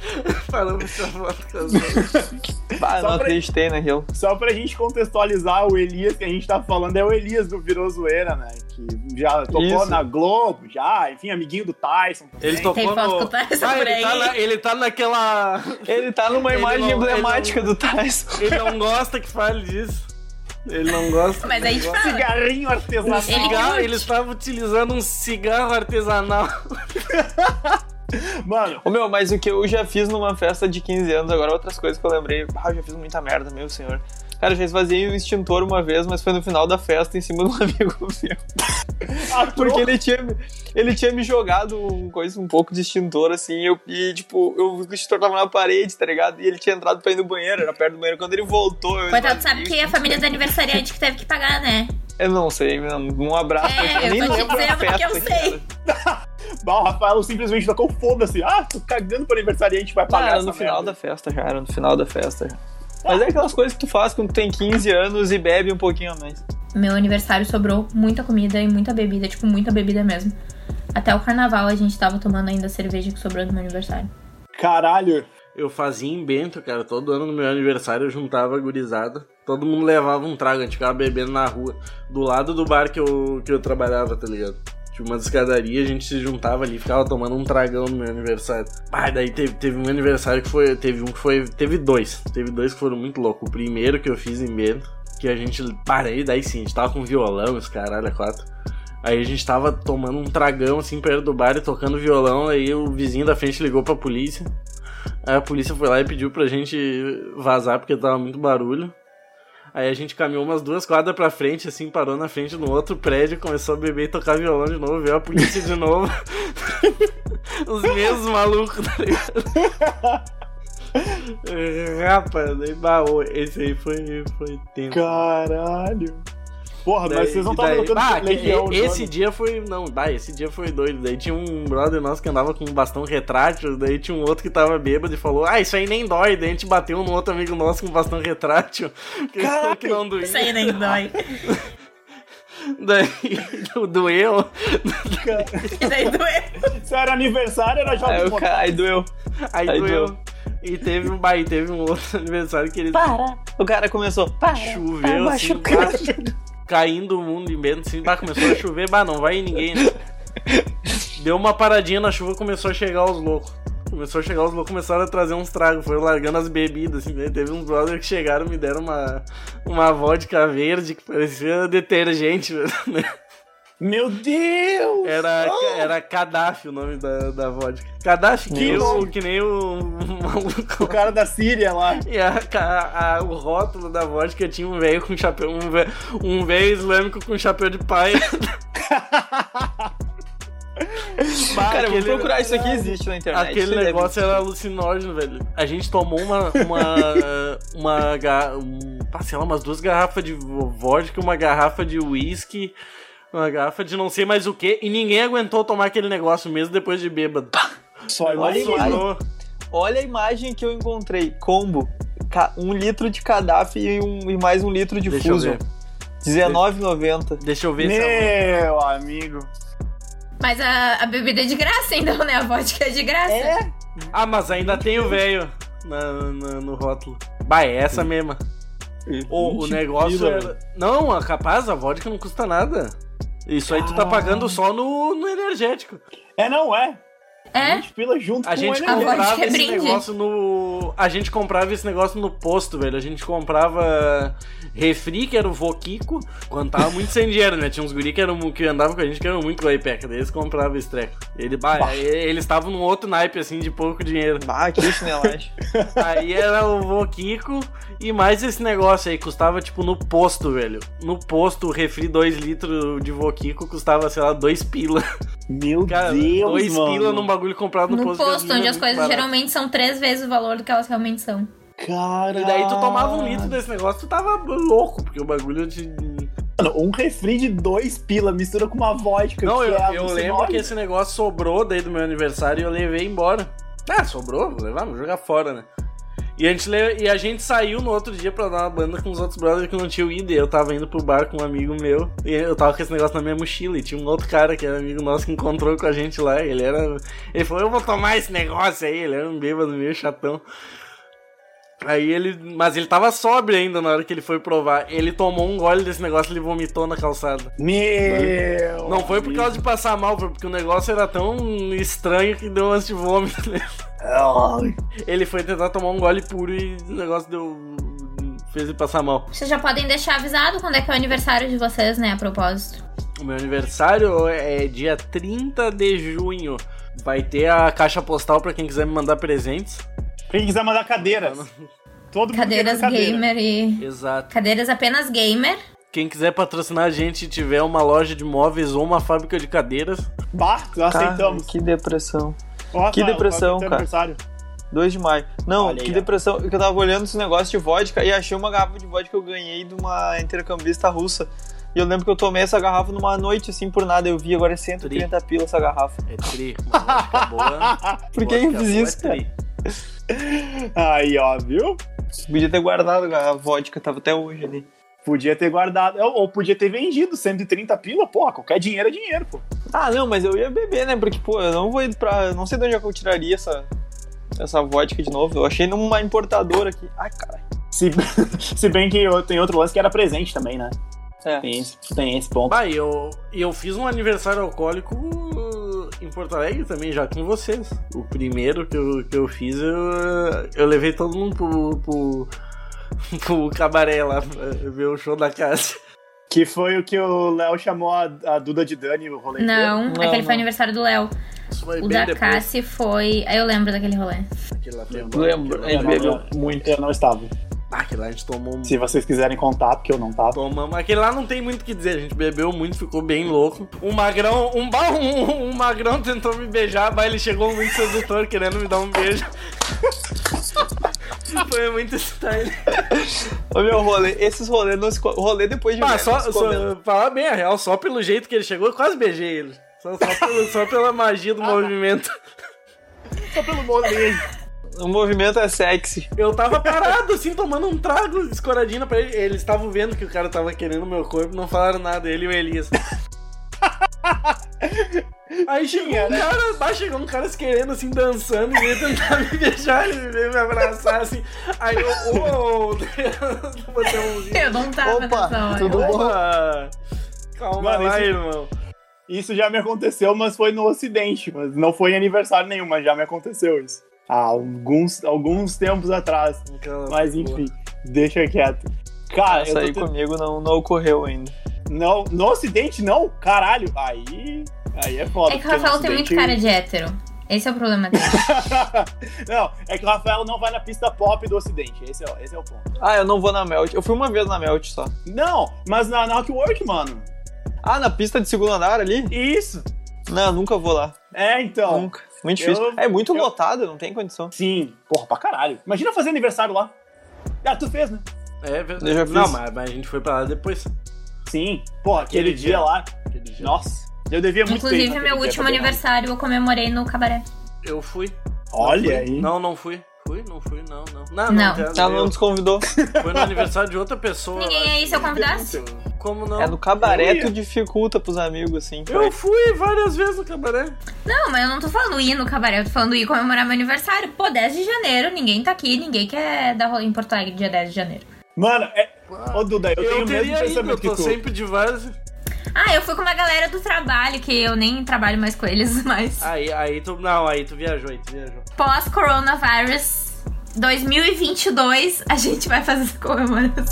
Speaker 3: Falando essa foto com as outras.
Speaker 2: Ah,
Speaker 1: Só
Speaker 2: não
Speaker 1: pra-
Speaker 2: acreditei naquilo.
Speaker 1: Só pra gente contextualizar, o Elias que a gente tá falando é o Elias do Virou Zoeira, né? Que já tocou
Speaker 2: Isso.
Speaker 1: na Globo, já, enfim, amiguinho do Tyson. também.
Speaker 3: Ele tocou
Speaker 4: Tem foto
Speaker 3: no...
Speaker 4: com o Tyson
Speaker 3: ah,
Speaker 4: por
Speaker 3: ele,
Speaker 4: aí.
Speaker 3: tá na- ele tá naquela...
Speaker 2: Ele tá
Speaker 1: (laughs)
Speaker 2: numa
Speaker 3: Ele
Speaker 2: imagem
Speaker 3: não- ele
Speaker 2: emblemática
Speaker 3: não-
Speaker 2: do Tyson.
Speaker 3: Ele não gosta que fale disso. Ele não gosta.
Speaker 4: Mas aí,
Speaker 3: ele
Speaker 4: tipo,
Speaker 3: gosta.
Speaker 1: Cigarrinho artesanal.
Speaker 3: Um cigarro,
Speaker 4: curte.
Speaker 3: ele estava utilizando um cigarro artesanal.
Speaker 1: Mano,
Speaker 2: Ô meu, mas o que eu já fiz numa festa de 15 anos, agora outras coisas que eu lembrei. Ah, eu já fiz muita merda, meu senhor. Cara, eu já esvaziei o extintor uma vez, mas foi no final da festa em cima de um (laughs) amigo meu.
Speaker 1: a
Speaker 2: Porque
Speaker 1: troca-
Speaker 2: ele tinha, ele tinha me jogado um, coisa, um pouco de extintor, assim, eu, e tipo, eu, o extintor tava na parede, tá ligado? E ele tinha entrado pra ir no banheiro, era perto do banheiro. Quando ele voltou, eu.
Speaker 4: coitado, sabe
Speaker 2: esvaziei.
Speaker 4: que a família do aniversariante que teve que pagar, né?
Speaker 2: Eu não sei, não, um abraço.
Speaker 4: É,
Speaker 2: nem
Speaker 4: eu tô te
Speaker 2: lembro a
Speaker 4: dizendo
Speaker 2: festa tá
Speaker 4: que
Speaker 2: que
Speaker 4: eu sei.
Speaker 2: era.
Speaker 1: Bah, o Rafael simplesmente tocou foda-se. Ah, tô cagando pro aniversariante, vai
Speaker 2: Ah,
Speaker 1: pagar
Speaker 2: era
Speaker 1: essa
Speaker 2: no final
Speaker 1: merda.
Speaker 2: da festa já, era no final da festa já. Mas é aquelas coisas que tu faz quando tu tem 15 anos e bebe um pouquinho a mais.
Speaker 4: Meu aniversário sobrou muita comida e muita bebida, tipo, muita bebida mesmo. Até o carnaval a gente tava tomando ainda a cerveja que sobrou do meu aniversário.
Speaker 1: Caralho.
Speaker 3: Eu fazia em Bento, cara. Todo ano no meu aniversário eu juntava a gurizada. Todo mundo levava um trago, a gente ficava bebendo na rua. Do lado do bar que eu, que eu trabalhava, tá ligado? Tinha uma escadaria, a gente se juntava ali, ficava tomando um tragão no meu aniversário. Ah, daí teve, teve um aniversário que foi. Teve um que foi. Teve dois. Teve dois que foram muito loucos. O primeiro que eu fiz em Bento, que a gente. Para aí, daí sim, a gente tava com violão, os caralho, a quatro. Aí a gente tava tomando um tragão assim perto do bar e tocando violão. Aí o vizinho da frente ligou pra polícia. Aí a polícia foi lá e pediu pra gente vazar porque tava muito barulho. Aí a gente caminhou umas duas quadras pra frente, assim, parou na frente de um outro prédio, começou a beber e tocar violão de novo, veio a polícia de novo. (laughs) Os mesmos malucos, tá ligado? (laughs) Rapaz, daí baú, esse aí foi, foi tempo.
Speaker 1: Caralho. Porra,
Speaker 3: Daí-
Speaker 1: mas vocês não
Speaker 3: e
Speaker 1: estavam
Speaker 3: daí-
Speaker 1: tocando
Speaker 3: Ah, que-
Speaker 1: Legião, né?
Speaker 3: e- esse dia foi. Não, bah, esse dia foi doido. Daí tinha um brother nosso que andava com um bastão retrátil. Daí tinha um outro que tava bêbado e falou: Ah, isso aí nem dói. Daí a gente bateu no outro amigo nosso com um bastão retrátil. (laughs) Que ele falou que não doía.
Speaker 4: aí nem dói.
Speaker 3: Daí doeu.
Speaker 1: Cara,
Speaker 4: Isso aí doeu.
Speaker 1: Se era aniversário, era
Speaker 2: Aí,
Speaker 3: É,
Speaker 1: jogos
Speaker 2: eu, ca- aí doeu.
Speaker 3: Aí,
Speaker 2: Aí
Speaker 3: doeu.
Speaker 2: doeu.
Speaker 3: E teve um bah, e teve um outro (laughs) aniversário que ele
Speaker 2: Para! O cara começou, para!
Speaker 3: choveu
Speaker 2: tá
Speaker 3: assim, (laughs)
Speaker 2: machucando.
Speaker 3: bah, caindo o mundo em Bento, assim, bah, começou a chover, bah, não vai ninguém, né? Deu uma paradinha na chuva, começou a chegar os loucos. Começou a chegar os loucos, começaram a trazer uns tragos, foram largando as bebidas, assim, né? teve uns brothers que chegaram e me deram uma, uma vodka verde que parecia detergente, (laughs) né?
Speaker 1: Meu Deus! Ah,
Speaker 3: Era, era Gaddafi o nome da, da vodka. Gaddafi, que,
Speaker 1: Que
Speaker 3: nem o-
Speaker 1: nome.
Speaker 3: que nem o, (laughs) o maluco
Speaker 1: O cara da Síria lá.
Speaker 3: e a, a- a- o rótulo da vodka tinha um velho com chapéu. Um velho um velho islâmico com chapéu de paia. Bah,
Speaker 2: Cara, eu vou
Speaker 3: aquele-
Speaker 2: procurar isso aqui, existe na internet. né?
Speaker 3: Aquele
Speaker 2: Isso deve-
Speaker 3: negócio era alucinógeno, velho. A gente tomou uma. Uma.
Speaker 2: (laughs)
Speaker 3: uma ga- um, pá, sei lá, umas duas garrafas de vo- vodka, uma garrafa de uísque, uma garrafa de não sei mais o que, e ninguém aguentou tomar aquele negócio mesmo depois de bêbado.
Speaker 1: Só
Speaker 2: Olha
Speaker 1: imagina.
Speaker 2: aí.
Speaker 3: Sonhou.
Speaker 2: Olha a imagem que eu encontrei. Combo. Ca- Um litro de Kadhafi e, um- e mais um litro de
Speaker 3: Deixa eu
Speaker 2: Fusion.
Speaker 3: ver.
Speaker 2: R$19,90.
Speaker 3: Deixa eu ver se é.
Speaker 1: Meu amigo.
Speaker 4: Mas a, a bebida é de graça então, né? A vodka é de graça.
Speaker 3: Ah, mas ainda tem o velho na- na- no rótulo. Bah, é
Speaker 2: Hum.
Speaker 3: essa mesma. O, o negócio
Speaker 1: pila,
Speaker 3: era... Não, a capaz, a vodka não custa nada. Isso aí tu
Speaker 2: Ah.
Speaker 3: tá pagando só no, no energético.
Speaker 1: É, não é.
Speaker 4: É?
Speaker 1: 20 pila junto
Speaker 3: A
Speaker 1: com
Speaker 3: gente
Speaker 1: ele.
Speaker 4: A vodka
Speaker 3: comprava
Speaker 4: é
Speaker 3: esse
Speaker 4: brinde.
Speaker 3: negócio no. A gente comprava esse negócio no posto, velho. A gente comprava refri, que era o Voquico, quando tava muito sem dinheiro, né? Tinha uns guri que, eram, que andavam com a gente que eram muito guaipeca. Daí eles compravam esse treco. Ele, bah,
Speaker 1: Bah.
Speaker 3: e- eles estavam num outro naipe, assim, de pouco dinheiro.
Speaker 2: Ah, que (laughs) chinelagem.
Speaker 3: Aí era o vô Kiko e mais esse negócio aí, custava tipo no posto, velho. No posto, o refri 2 litros de vô Kiko custava, sei lá, 2 pila.
Speaker 1: Meu
Speaker 3: Cara,
Speaker 1: Deus,
Speaker 3: 2
Speaker 1: mano.
Speaker 3: pila num bagulho comprado no,
Speaker 4: No
Speaker 3: posto. de
Speaker 4: posto,
Speaker 3: gasolina, é
Speaker 4: onde as
Speaker 3: muito
Speaker 4: coisas
Speaker 3: barato.
Speaker 4: geralmente são três vezes o valor do que elas realmente são.
Speaker 1: Caralho.
Speaker 3: E daí tu tomava um litro desse negócio, tu tava louco, porque o bagulho de.
Speaker 1: Mano, um refri de dois pila mistura com uma vodka.
Speaker 3: Não,
Speaker 1: que
Speaker 3: eu,
Speaker 1: é
Speaker 3: eu
Speaker 1: alucinógeno.
Speaker 3: lembro que esse negócio sobrou daí do meu aniversário e eu levei embora. Ah, sobrou? Vou levar, vou jogar fora, né? E a, gente le- e a gente saiu no outro dia pra dar uma banda com os outros brothers que não tinham ido. E eu tava indo pro bar com um amigo meu. E eu tava com esse negócio na minha mochila. E tinha um outro cara que era amigo nosso que encontrou com a gente lá. e ele era. Ele falou: Eu vou tomar esse negócio aí. Ele era um bêbado meio chatão. Aí ele. Mas ele tava sóbrio ainda na hora que ele foi provar. Ele tomou um gole desse negócio e ele vomitou na calçada.
Speaker 1: Meu.
Speaker 3: Não foi por causa de passar mal, foi porque o negócio era tão estranho que deu antes de vômito. né?
Speaker 1: Ai,
Speaker 3: Ele foi tentar tomar um gole puro e o negócio deu. fez ele passar mal.
Speaker 4: Vocês já podem deixar avisado quando é que é o aniversário de vocês, né? A propósito.
Speaker 3: O meu aniversário é dia 30 de junho. Vai ter a caixa postal pra quem quiser me mandar presentes.
Speaker 1: Quem quiser mandar cadeiras. Todo mundo
Speaker 4: Cadeiras
Speaker 1: quer cadeira.
Speaker 4: gamer e.
Speaker 3: Exato.
Speaker 4: Cadeiras apenas gamer.
Speaker 3: Quem quiser patrocinar a gente e tiver uma loja de móveis ou uma fábrica de cadeiras,
Speaker 1: Bah, nós aceitamos.
Speaker 2: Cara, que depressão.
Speaker 1: Ó, Rafael,
Speaker 2: que
Speaker 1: qual é o
Speaker 2: depressão,
Speaker 1: teu
Speaker 2: cara.
Speaker 1: aniversário?
Speaker 2: 2 de maio. Não,
Speaker 1: Olha aí,
Speaker 2: que
Speaker 1: ó.
Speaker 2: depressão. Que eu tava olhando esse negócio de vodka e achei uma garrafa de vodka que eu ganhei de uma intercambista russa. E eu lembro que eu tomei essa garrafa numa noite, assim, por nada. Eu vi agora é 130 pila essa garrafa.
Speaker 3: É tri. Uma vodka boa.
Speaker 2: (laughs) Por que eu
Speaker 3: vodka
Speaker 2: fiz
Speaker 3: boa
Speaker 2: isso,
Speaker 3: é
Speaker 2: cara?
Speaker 3: tri.
Speaker 1: (laughs) Aí, ó, viu?
Speaker 2: Podia ter guardado a vodka, tava até hoje ali.
Speaker 1: Podia ter guardado, ou ou podia ter vendido 130 pila, porra, qualquer dinheiro é dinheiro, pô.
Speaker 2: Ah, não, mas eu ia beber, né? Porque, pô, eu não vou ir pra. eu Não sei de onde é que eu tiraria essa, essa vodka de novo. Eu achei numa importadora aqui. Ai, caralho.
Speaker 1: Se, (laughs) se bem que eu- tem outro lance que era presente também, né?
Speaker 2: É.
Speaker 1: Tem esse, tem esse ponto.
Speaker 3: Bah, e eu, e eu fiz um aniversário alcoólico uh, em Porto Alegre também, já com vocês. O primeiro que eu, que eu fiz, eu, uh, eu levei todo mundo pro, pro, (laughs) pro cabaré lá, pra ver o show da casa.
Speaker 1: Que foi o que o Léo chamou a, a Duda de Dani, o rolê.
Speaker 4: Não,
Speaker 2: Não,
Speaker 4: aquele
Speaker 2: não.
Speaker 4: foi aniversário do Léo.
Speaker 3: Isso foi
Speaker 4: O
Speaker 3: bem
Speaker 4: da
Speaker 3: depois.
Speaker 4: Cassi foi. Ah, Eu lembro daquele rolê.
Speaker 3: Aquele lá foi bom,
Speaker 2: Lembro,
Speaker 3: aquele
Speaker 2: ele
Speaker 3: lá-
Speaker 2: bebeu muito.
Speaker 1: Eu não estava.
Speaker 3: Ah, aquele lá a gente tomou
Speaker 1: Se vocês quiserem contar, porque eu não tava.
Speaker 3: Tomamos. Aquele lá não tem muito o que dizer, a gente bebeu muito, ficou bem louco. Um magrão, um, ba- um, um magrão tentou me beijar, mas ele chegou muito sedutor querendo me dar um beijo. (laughs) Foi muito style.
Speaker 2: Ô, meu rolê, esses rolês não se. co- Rolê depois de.
Speaker 3: Ah,
Speaker 2: mulher
Speaker 3: só,
Speaker 2: não se né?
Speaker 3: só-
Speaker 2: comenta.
Speaker 3: falar bem a real, só pelo jeito que ele chegou, eu quase beijei ele. Só, só pelo- só pela magia
Speaker 2: Ah, tá.
Speaker 3: do movimento.
Speaker 1: Só pelo molejo.
Speaker 2: O movimento é sexy.
Speaker 3: Eu tava parado, assim, tomando um trago escoradinho pra ele. Eles estavam vendo que o cara tava querendo meu corpo, não falaram nada, ele e
Speaker 2: (laughs)
Speaker 3: o Elias. Aí chegou um
Speaker 2: né?
Speaker 3: cara, bah, chegou um cara se querendo, assim, dançando, e ele tentar me beijar, ele veio me abraçar, assim. Aí eu, ô, (laughs) oh, botei um
Speaker 4: Eu não tava
Speaker 2: Opa,
Speaker 4: nessa hora.
Speaker 2: tudo bom?
Speaker 3: Opa! Calma
Speaker 1: Mano,
Speaker 3: lá,
Speaker 1: esse-
Speaker 3: irmão.
Speaker 1: Isso já me aconteceu, mas foi no Ocidente. Mas não foi em aniversário nenhum, mas já me aconteceu isso. Há alguns, alguns tempos atrás.
Speaker 3: Cala
Speaker 1: Mas
Speaker 3: a boca.
Speaker 1: enfim, deixa quieto. Cara,
Speaker 2: Essa aí
Speaker 1: Ah, eu tô te...
Speaker 2: comigo não, não ocorreu ainda.
Speaker 1: não, no Ocidente não? Caralho, aí. Aí é foda.
Speaker 4: É que o
Speaker 1: porque no
Speaker 4: Rafael tem muito
Speaker 1: Ocidente-
Speaker 4: cara de hétero. Esse é o problema dele.
Speaker 1: (laughs) não, é que o Rafael não vai na pista pop do Ocidente. Esse é, esse é o ponto.
Speaker 2: Ah, eu não vou na Melt. Eu fui uma vez na Melt só.
Speaker 1: Não, mas na, na Rockwork, mano.
Speaker 2: Ah, na pista de segundo andar ali?
Speaker 1: Isso.
Speaker 2: Não, nunca vou lá.
Speaker 1: É, então.
Speaker 2: Nunca. Muito difícil.
Speaker 1: eu-
Speaker 2: é muito
Speaker 1: eu-
Speaker 2: lotado, não tem condição.
Speaker 1: Sim. Porra, pra caralho. Imagina fazer aniversário lá. Ah, tu fez, né?
Speaker 3: É
Speaker 2: Eu já
Speaker 3: verdade.
Speaker 2: fiz.
Speaker 3: Não, mas, mas a gente foi pra lá depois.
Speaker 1: Sim. Porra, aquele,
Speaker 3: Aquele
Speaker 1: dia,
Speaker 3: dia.
Speaker 1: lá.
Speaker 3: aquele dia.
Speaker 1: Nossa. Eu devia muito bem
Speaker 4: Inclusive,
Speaker 1: naquele
Speaker 4: meu
Speaker 1: dia,
Speaker 4: último
Speaker 1: tá bem
Speaker 4: aniversário eu comemorei no cabaré.
Speaker 3: Eu fui.
Speaker 1: errado. Olha aí.
Speaker 3: Não, não fui. Fui, não fui, não, não. Não,
Speaker 4: Não.
Speaker 3: cara,
Speaker 2: Ela não
Speaker 3: eu-
Speaker 2: nos convidou.
Speaker 3: Foi no aniversário de outra pessoa.
Speaker 4: Ninguém
Speaker 3: eu
Speaker 4: aí,
Speaker 3: acho.
Speaker 4: se eu convidasse?
Speaker 3: Como não?
Speaker 2: É no cabaré,
Speaker 1: eu ia.
Speaker 2: tu dificulta pros amigos, assim. pra-
Speaker 3: Eu fui várias vezes no cabaré.
Speaker 4: Não, mas eu não tô falando ir no cabaré, eu tô falando ir comemorar meu aniversário. Pô, 10 de janeiro, ninguém tá aqui, ninguém quer dar rolê em Porto Alegre dia 10 de janeiro.
Speaker 1: Mano, é... ô Duda, eu, tenho o mesmo
Speaker 3: teria ido, eu
Speaker 1: pensamento que
Speaker 3: tô
Speaker 1: tu.
Speaker 3: sempre de várias.
Speaker 4: Ah, eu fui com uma galera do trabalho, que eu nem trabalho mais com eles, (laughs) mas.
Speaker 3: Aí, aí tu. Não, aí tu viajou, aí tu viajou.
Speaker 4: Pós-coronavirus 2022, a gente vai fazer essa comemoração.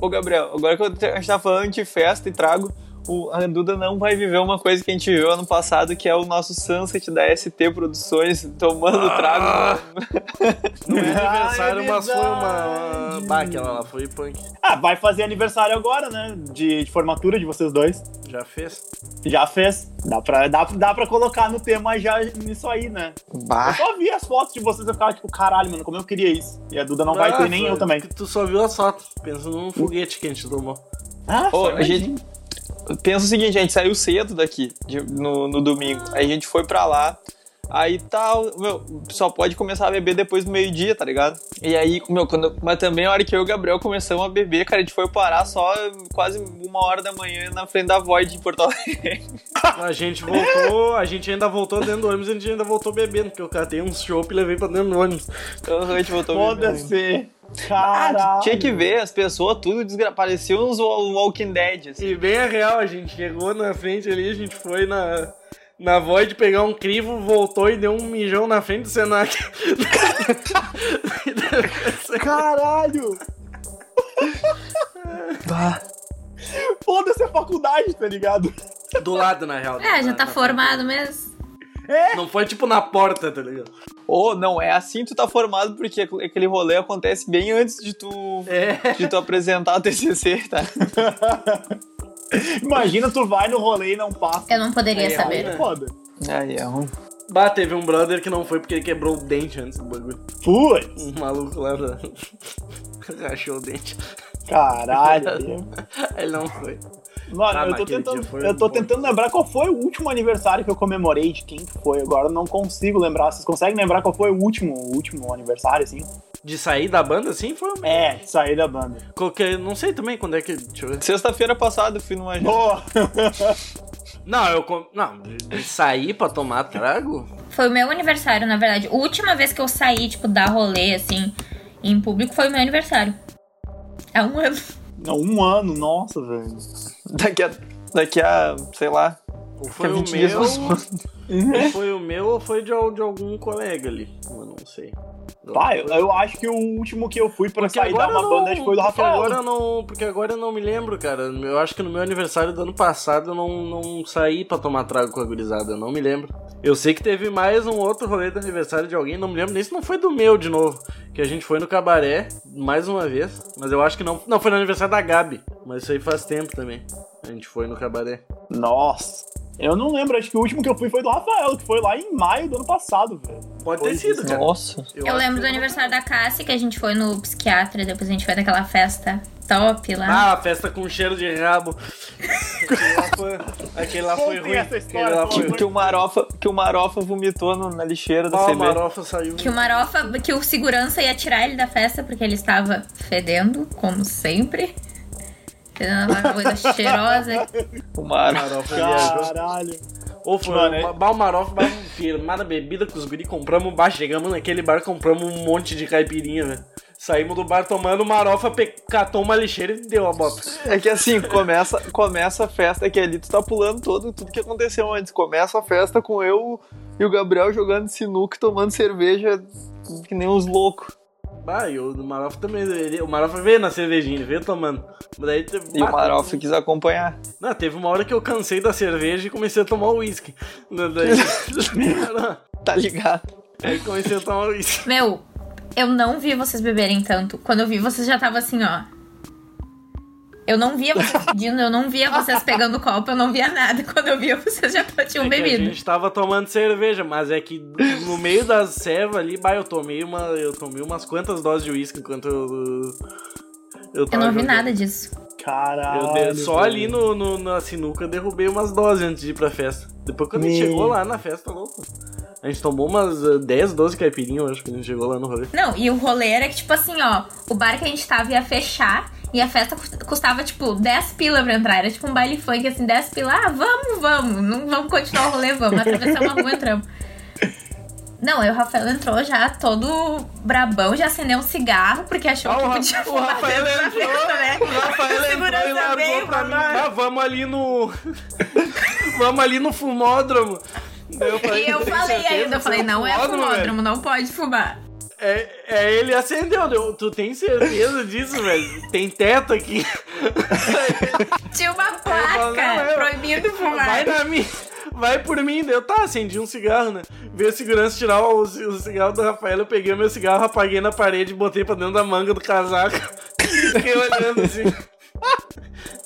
Speaker 2: Ô, Gabriel, agora que eu te- a gente tá falando de festa e trago, o, a Duda não vai viver uma coisa que a gente viu ano passado, que é o nosso sunset da ST Produções tomando trago.
Speaker 3: Não é
Speaker 1: Ah,
Speaker 3: aniversário,
Speaker 1: é
Speaker 3: mas foi uma.
Speaker 1: verdade.
Speaker 3: Bah, aquela lá foi punk.
Speaker 1: Ah, vai fazer aniversário agora, né? De, de formatura de vocês dois.
Speaker 3: Já fez?
Speaker 1: Já fez. Dá pra, dá, dá pra colocar no tema já nisso aí, né? Eu
Speaker 2: Bah.
Speaker 1: só vi as fotos de vocês e eu ficava tipo, caralho, mano, como eu queria isso. E a Duda não vai ter nem eu também.
Speaker 3: Tu só viu a foto. Pensa num foguete que a gente tomou.
Speaker 1: Ah,
Speaker 2: Ô,
Speaker 1: só
Speaker 2: a gente.
Speaker 1: imagina.
Speaker 2: Pensa o seguinte, a gente saiu cedo daqui de- no, no domingo. Aí a gente foi pra lá. Aí tal, meu, só pode começar a beber depois do meio-dia, tá ligado? E aí, meu, quando, mas também a hora que eu e o Gabriel começamos a beber, cara, a gente foi parar só quase uma hora da manhã na frente da Void em Porto Alegre. (laughs)
Speaker 3: A gente voltou, a gente ainda voltou dentro do ônibus, a gente ainda voltou bebendo, porque eu catei uns chopp e levei pra dentro do ônibus.
Speaker 2: Então a gente voltou bebendo.
Speaker 1: Foda-se.
Speaker 2: Ah,
Speaker 1: Caralho.
Speaker 2: tinha que ver as pessoas, tudo desgra... parecia uns Wa- Walking Dead, assim.
Speaker 3: E bem a real, a gente chegou na frente ali, a gente foi na, na Void pegar um crivo, voltou e deu um mijão na frente do Senac.
Speaker 1: Caralho. Foda-se a tá faculdade, tá ligado?
Speaker 3: do lado, na real.
Speaker 4: É, já
Speaker 3: Na-
Speaker 4: tá
Speaker 3: na-
Speaker 4: formado mesmo.
Speaker 3: Não foi tipo na porta, tá ligado?
Speaker 2: Ou não, é assim tu tá formado, porque aquele rolê acontece bem antes de tu,
Speaker 3: É.
Speaker 2: de tu apresentar a TCC, tá?
Speaker 1: Imagina, tu vai no rolê e não passa.
Speaker 4: Eu não poderia
Speaker 3: É,
Speaker 4: saber.
Speaker 3: né?
Speaker 1: É foda.
Speaker 2: Aí é ruim.
Speaker 3: Bah, teve um brother que não foi porque ele quebrou o dente antes do bagulho.
Speaker 1: Putz,
Speaker 3: Um maluco lá da... (laughs) rachou o dente. (laughs)
Speaker 1: caralho.
Speaker 3: Ele não foi.
Speaker 1: Mano,
Speaker 3: Ah,
Speaker 1: eu
Speaker 3: mas
Speaker 1: tô,
Speaker 3: aquele
Speaker 1: tentando,
Speaker 3: dia foi
Speaker 1: eu tô
Speaker 3: bom.
Speaker 1: tentando lembrar qual foi o último aniversário que eu comemorei, de quem que foi. Agora eu não consigo lembrar. Vocês conseguem lembrar qual foi o último, o último aniversário, assim?
Speaker 3: De sair da banda assim foi.
Speaker 1: É, sair da banda.
Speaker 3: Qualquer. Não sei também quando é que. Deixa eu ver.
Speaker 2: Sexta-feira passada eu fui numa janta.
Speaker 1: Boa!
Speaker 3: Não, eu. com- Não, de- de sair pra tomar trago?
Speaker 4: Foi o meu aniversário, na verdade. A última vez que eu saí, tipo, dar rolê, assim, em público, foi o meu aniversário. É um ano.
Speaker 1: Não, um ano, nossa, velho.
Speaker 2: Daqui a, daqui a, sei lá,
Speaker 3: Ou foi
Speaker 2: É
Speaker 3: o
Speaker 2: 20 dias
Speaker 3: meu.
Speaker 2: passou.
Speaker 3: ou foi o meu ou foi de, al- de algum colega ali. Eu não sei.
Speaker 1: Tá, eu, eu acho que o último que eu fui pra
Speaker 3: Porque
Speaker 1: sair da
Speaker 3: agora
Speaker 1: uma
Speaker 3: eu
Speaker 1: banda foi
Speaker 3: não-
Speaker 1: do
Speaker 3: porque
Speaker 1: Rafael.
Speaker 3: Agora eu não, porque agora eu não me lembro, cara. Eu acho que no meu aniversário do ano passado eu não, não saí pra tomar trago com a gurizada. Eu não me lembro. Eu sei que teve mais um outro rolê de aniversário de alguém, não me lembro nem se não foi do meu de novo. Que a gente foi no cabaré mais uma vez. Mas eu acho que não. Não, foi no aniversário da Gabi. Mas isso aí faz tempo também. A gente foi no cabaré.
Speaker 1: Nossa. Eu não lembro, acho que o último que eu fui foi do Rafael, que foi lá em maio do ano passado, velho.
Speaker 3: Pode
Speaker 1: Foi
Speaker 3: ter sido,
Speaker 1: isso.
Speaker 3: cara.
Speaker 2: Nossa.
Speaker 4: Eu
Speaker 3: acho
Speaker 4: lembro
Speaker 3: que
Speaker 4: do
Speaker 3: foi no-
Speaker 4: aniversário da Cassie, que a gente foi no psiquiatra, depois a gente foi naquela festa top lá.
Speaker 3: Ah, a festa com cheiro de rabo. aquele lá foi, aquele lá foi
Speaker 1: Contem
Speaker 3: ruim.
Speaker 1: essa história,
Speaker 3: aquele lá
Speaker 1: por
Speaker 3: foi
Speaker 2: Que,
Speaker 1: favor.
Speaker 3: ruim.
Speaker 2: que o Marofa, que o Marofa vomitou no- na lixeira da
Speaker 3: Pau, a
Speaker 2: CB.
Speaker 3: Ah, marofa saiu.
Speaker 4: Que o Marofa, que o segurança ia tirar ele da festa porque ele estava fedendo, como sempre. Fedendo uma
Speaker 3: (laughs)
Speaker 4: coisa cheirosa.
Speaker 2: O Marofa.
Speaker 3: Marofa viajou.
Speaker 1: Caralho.
Speaker 3: Ou foi né?
Speaker 1: Mano,
Speaker 3: uma, bah, o Marofa, bah, firmada bebida com os guri, compramos um bar, chegamos naquele bar, compramos um monte de caipirinha, velho. Saímos do bar tomando marofa, pe- catou uma lixeira e deu a bota.
Speaker 2: É que assim, começa, começa a festa, que ali tu tá pulando todo, tudo que aconteceu antes. Começa a festa com eu e o Gabriel jogando sinuca e tomando cerveja que nem uns loucos.
Speaker 3: Bah, e o do Marofa também. ele- o Marofa veio na cervejinha, ele veio tomando. Mas daí, te-
Speaker 2: E
Speaker 3: bah,
Speaker 2: o Marofa quis acompanhar.
Speaker 3: Não, teve uma hora que eu cansei da cerveja e comecei a tomar uísque.
Speaker 1: (laughs)
Speaker 3: Da- Daí,
Speaker 2: Tá ligado?
Speaker 3: Aí comecei a tomar uísque.
Speaker 4: Meu, eu não vi vocês beberem tanto. Quando eu vi, vocês já estavam assim, ó. Eu não via vocês pedindo, eu não via vocês pegando copo, eu não via nada. Quando eu via, vocês já tinham
Speaker 3: É que A
Speaker 4: bebido.
Speaker 3: gente tava tomando cerveja, mas é que no meio da serva ali, bah, eu tomei uma. Eu tomei umas quantas doses de uísque enquanto eu. Eu,
Speaker 4: Eu
Speaker 3: tava
Speaker 4: não vi
Speaker 3: jogando.
Speaker 4: nada disso.
Speaker 1: Caralho.
Speaker 3: Eu dei- só
Speaker 1: velho.
Speaker 3: ali no, no- na sinuca eu derrubei umas doses antes de ir pra festa. Depois quando a gente
Speaker 1: Meu.
Speaker 3: chegou lá na festa, louco. A gente tomou umas eh, 10, 12 caipirinhas, eu acho, quando a gente chegou lá no rolê.
Speaker 4: Não, e o rolê era que, tipo assim, ó, o bar que a gente tava ia fechar e a festa cust- custava, tipo, 10 pila pra entrar. Era tipo um baile funk, assim, 10 pila. Ah, vamos, vamos. Não vamos continuar o rolê, vamos. Atravessar uma rua, entramos. Não, aí o Rafael entrou já todo brabão, já acendeu um cigarro, porque achou
Speaker 3: Ah,
Speaker 4: que
Speaker 3: o Ra-
Speaker 4: podia
Speaker 3: o
Speaker 4: fumar
Speaker 3: Rafael
Speaker 4: dentro da
Speaker 3: entrou,
Speaker 4: festa, né?
Speaker 3: O Rafael
Speaker 4: O
Speaker 3: entrou e
Speaker 4: segurança
Speaker 3: largou
Speaker 4: veio,
Speaker 3: pra mim.
Speaker 4: mamãe.
Speaker 3: Ah, vamos ali no. (laughs) vamos ali no fumódromo. Daí eu falei,
Speaker 4: E eu
Speaker 3: "Tem
Speaker 4: falei
Speaker 3: certeza
Speaker 4: ainda, eu
Speaker 3: que
Speaker 4: falei,
Speaker 3: é um
Speaker 4: não é
Speaker 3: velho?"
Speaker 4: fumódromo, não pode fumar.
Speaker 3: É, é, ele acendeu, deu, tu tem certeza disso, velho? Tem teto aqui.
Speaker 4: (laughs) Tinha uma
Speaker 3: falo, não,
Speaker 4: placa
Speaker 3: eu-
Speaker 4: proibindo
Speaker 3: Vai
Speaker 4: fumar.
Speaker 3: na minha. Vai por mim, deu. Tá, acendi um cigarro, né? Veio o segurança tirar o, o cigarro do Rafael, eu peguei o meu cigarro, apaguei na parede, botei pra dentro da manga do casaco. (laughs) Fiquei olhando assim.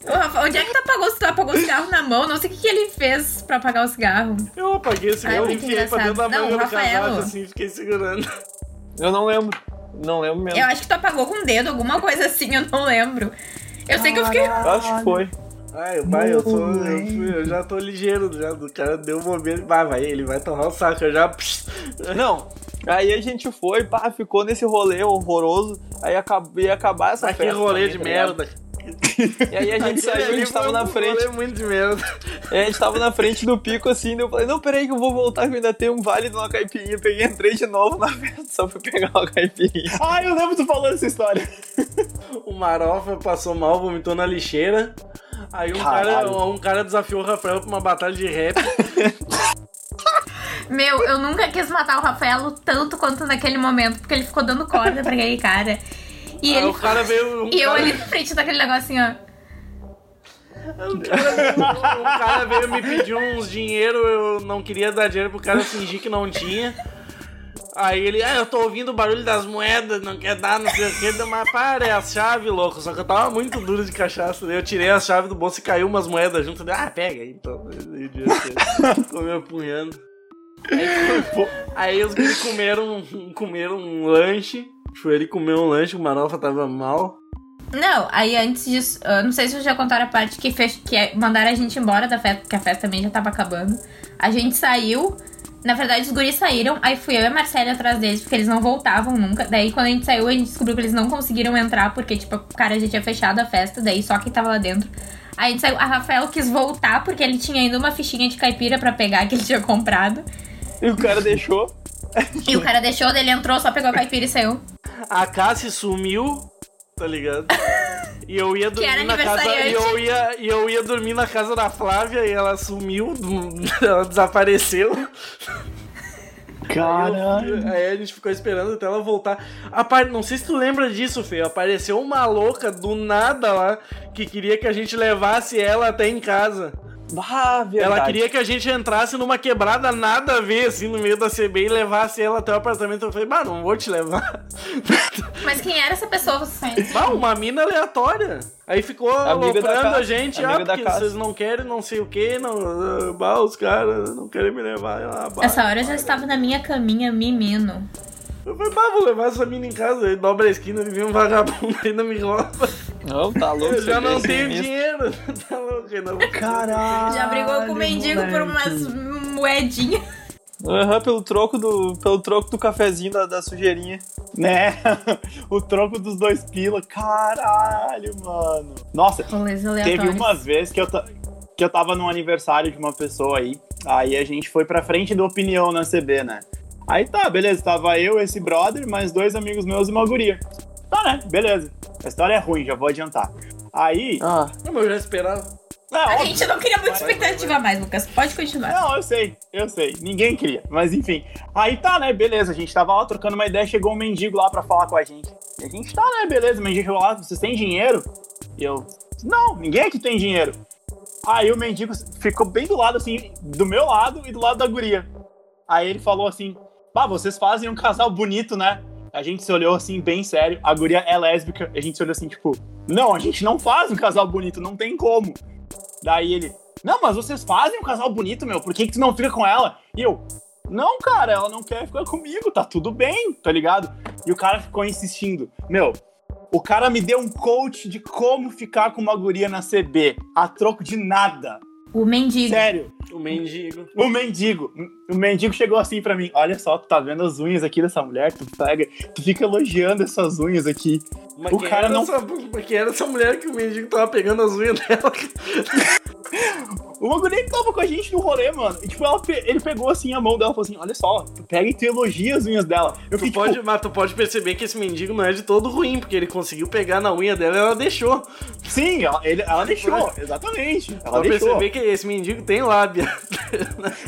Speaker 4: O Rafael, onde é que tu apagou? Tu apagou o cigarro na mão? Não sei o que, que ele fez pra apagar o cigarro.
Speaker 3: Eu apaguei o cigarro
Speaker 4: É muito
Speaker 3: e enfiei pra
Speaker 4: engraçado.
Speaker 3: dentro da
Speaker 4: Não,
Speaker 3: manga do
Speaker 4: Rafael.
Speaker 3: casaco, assim, fiquei segurando.
Speaker 2: Eu não lembro. Não lembro mesmo.
Speaker 4: Eu acho que tu apagou com o dedo, alguma coisa assim, eu não lembro. Eu sei que eu fiquei.
Speaker 2: Eu acho que foi.
Speaker 3: Ai, pai, eu, sou, eu, fui- eu já tô ligeiro, já, o cara deu um momento, vai, vai, ele vai torrar o saco, eu já...
Speaker 2: Não. Aí a gente foi, pá, ficou nesse rolê horroroso. Aí acabou, ia acabar essa
Speaker 3: Ah, que
Speaker 2: festa.
Speaker 3: rolê
Speaker 2: também,
Speaker 3: de
Speaker 2: tá ligado?
Speaker 3: merda.
Speaker 2: E aí a gente saiu, a
Speaker 3: Aquele
Speaker 2: gente
Speaker 3: ali
Speaker 2: tava
Speaker 3: foi
Speaker 2: na
Speaker 3: um
Speaker 2: frente.
Speaker 3: rolê muito de merda.
Speaker 2: E É, a gente tava na frente do pico assim, daí eu falei, não, peraí que eu vou voltar que eu ainda tenho um vale de uma caipirinha. Eu Peguei, entrei de novo na festa só pra pegar uma caipirinha.
Speaker 1: Ah, eu lembro tu falando essa história.
Speaker 3: O Marofa passou mal, vomitou na lixeira. Aí um cara,
Speaker 1: Caralho.
Speaker 3: um cara desafiou o Rafael pra uma batalha de rap.
Speaker 4: Meu, eu nunca quis matar o Rafaelo tanto quanto naquele momento, porque ele ficou dando corda pra aquele cara. E
Speaker 3: Aí
Speaker 4: ele.
Speaker 3: Ah, o cara veio. Um
Speaker 4: E eu
Speaker 3: cara-
Speaker 4: ali na frente daquele negocinho, ó.
Speaker 3: O (laughs) cara, o um, cara veio me pedir uns dinheiro, eu não queria dar dinheiro pro cara fingir que não tinha. Aí ele, ah, eu tô ouvindo o barulho das moedas, não quer dar, não sei o que, mas para, é a chave, louco. Só que eu tava muito duro de cachaça, daí eu tirei a chave do bolso e caiu umas moedas junto. Daí, ah, pega aí, então. Aí o dinheiro que eu- Tô me apunhando. Aí os guris comeram, comeram um lanche. Tipo, ele comeu um lanche, o Marofa tava mal.
Speaker 4: Não, aí antes disso, eu não sei se vocês já contaram a parte que, fech... que é- mandaram a gente embora da festa, porque a festa também já tava acabando. A gente saiu, na verdade os guris saíram, aí fui eu e a Marcela atrás deles, porque eles não voltavam nunca. Daí quando a gente saiu, a gente descobriu que eles não conseguiram entrar, porque tipo, cara, a gente tinha fechado a festa, daí só quem tava lá dentro. Aí a gente saiu, a Rafael quis voltar, porque ele tinha ainda uma fichinha de caipira pra pegar que ele tinha comprado.
Speaker 2: E o cara deixou.
Speaker 4: E o cara deixou, daí ele entrou, só pegou a caipira e saiu.
Speaker 3: A Cassi sumiu, tá
Speaker 4: (laughs)
Speaker 3: ligado? E eu ia
Speaker 4: Que era
Speaker 3: dormir na casa. E
Speaker 4: aniversariante.
Speaker 3: eu ia, e eu ia dormir na casa da Flávia e ela sumiu, (laughs) ela desapareceu.
Speaker 1: Caralho.
Speaker 3: Aí a gente ficou esperando até ela voltar. Apa- Não sei se tu lembra disso, Fê. Apareceu uma louca do nada lá que queria que a gente levasse ela até em casa.
Speaker 2: Ah, verdade.
Speaker 3: Ela queria que a gente entrasse numa quebrada nada a ver, assim, no meio da CB e levasse ela até o apartamento. Eu falei, bah, não vou te levar. (laughs)
Speaker 4: Mas quem era essa pessoa, vocês sabem?
Speaker 3: bah, uma mina aleatória. Aí ficou
Speaker 2: Amiga da
Speaker 3: aloprando a
Speaker 2: casa.
Speaker 3: gente, ah,
Speaker 2: Amiga da
Speaker 3: porque
Speaker 2: casa.
Speaker 3: vocês não querem não sei o que, não, ah, bah, os caras não querem me levar. Ah, bah.
Speaker 4: Essa hora eu já estava na minha caminha, menino.
Speaker 3: Eu falei, bah, vou levar essa mina em casa. Aí dobra a esquina, ele vem um vagabundo (laughs) ainda me rouba.
Speaker 2: Não, tá louco.
Speaker 3: Eu
Speaker 2: você
Speaker 3: já não
Speaker 2: vê,
Speaker 3: tenho
Speaker 2: sinistro.
Speaker 3: dinheiro. (laughs) tá louco, eu não.
Speaker 1: Caralho.
Speaker 4: Já brigou com o mendigo por umas moedinhas.
Speaker 2: Aham, pelo troco do. Pelo troco do cafezinho da, da sujeirinha.
Speaker 1: Né? (laughs) O troco dos dois pila. Caralho, mano. Nossa,
Speaker 4: Rolês
Speaker 1: Teve
Speaker 4: aleatórios.
Speaker 1: uma vez que eu, ta- que eu tava num aniversário de uma pessoa aí, aí a gente foi pra frente do Opinião na CB, né? Aí tá, beleza, tava eu, esse brother, mais dois amigos meus e uma guria. Tá, né? Beleza. A história é ruim, já vou adiantar. Aí.
Speaker 2: Ah.
Speaker 3: Não, mas eu já esperava.
Speaker 1: É,
Speaker 4: A
Speaker 1: óbvio,
Speaker 4: gente não queria muita expectativa a mais, Lucas. Pode continuar.
Speaker 1: Não, eu sei, eu sei. Ninguém queria, mas enfim. Aí tá, né? Beleza, a gente tava lá trocando uma ideia, chegou um mendigo lá pra falar com a gente. E a gente tá, né? Beleza, o mendigo chegou lá, vocês têm dinheiro? E eu, não, ninguém aqui tem dinheiro. Aí o mendigo ficou bem do lado, assim, do meu lado e do lado da guria. Aí ele falou assim, pá, vocês fazem um casal bonito, né? A gente se olhou assim, bem sério. A guria é lésbica. A gente se olhou assim, tipo, não, a gente não faz um casal bonito, não tem como. Daí ele, não, mas vocês fazem um casal bonito, meu. Por que, que tu não fica com ela? E eu, não, cara, ela não quer ficar comigo, tá tudo bem, tá ligado? E o cara ficou insistindo. Meu, o cara me deu um coach de como ficar com uma guria na CB, a troco de nada.
Speaker 4: O mendigo.
Speaker 1: Sério,
Speaker 3: O mendigo.
Speaker 1: o mendigo. O mendigo chegou assim pra mim: olha só, tu tá vendo as unhas aqui dessa mulher, tu pega, tu fica elogiando essas unhas aqui.
Speaker 3: Mas
Speaker 1: O
Speaker 3: quem
Speaker 1: cara
Speaker 3: era
Speaker 1: não-
Speaker 3: Essa, mas quem era essa mulher que o mendigo tava pegando as unhas (laughs) dela?
Speaker 1: O Magurinho que tava com a gente no rolê, mano. E, tipo, ela pe- ele pegou assim a mão dela e falou assim: olha só, tu pega e tu elogia as unhas dela. Eu
Speaker 3: Tu
Speaker 1: fiquei
Speaker 3: pode, mas tu pode perceber que esse mendigo não é de todo ruim, porque ele conseguiu pegar na unha dela e ela deixou.
Speaker 1: tipo, sim, ela, ele- ela deixou, exatamente. Ela
Speaker 3: Pra
Speaker 1: deixou.
Speaker 3: perceber que esse mendigo tem lábia.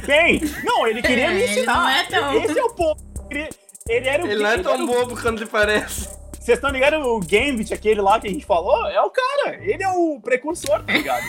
Speaker 1: Tem! Não, ele queria me
Speaker 4: É, ele
Speaker 1: ensinar.
Speaker 4: não é tão-
Speaker 1: Esse é o ponto. Ele queria- Ele era o
Speaker 3: Ele não é
Speaker 1: ele era
Speaker 3: tão
Speaker 1: o-
Speaker 3: bobo quanto ele parece.
Speaker 1: Vocês estão ligados o Gambit, aquele lá que a gente falou? É o cara. Ele é o precursor, tá
Speaker 3: (laughs)
Speaker 1: ligado?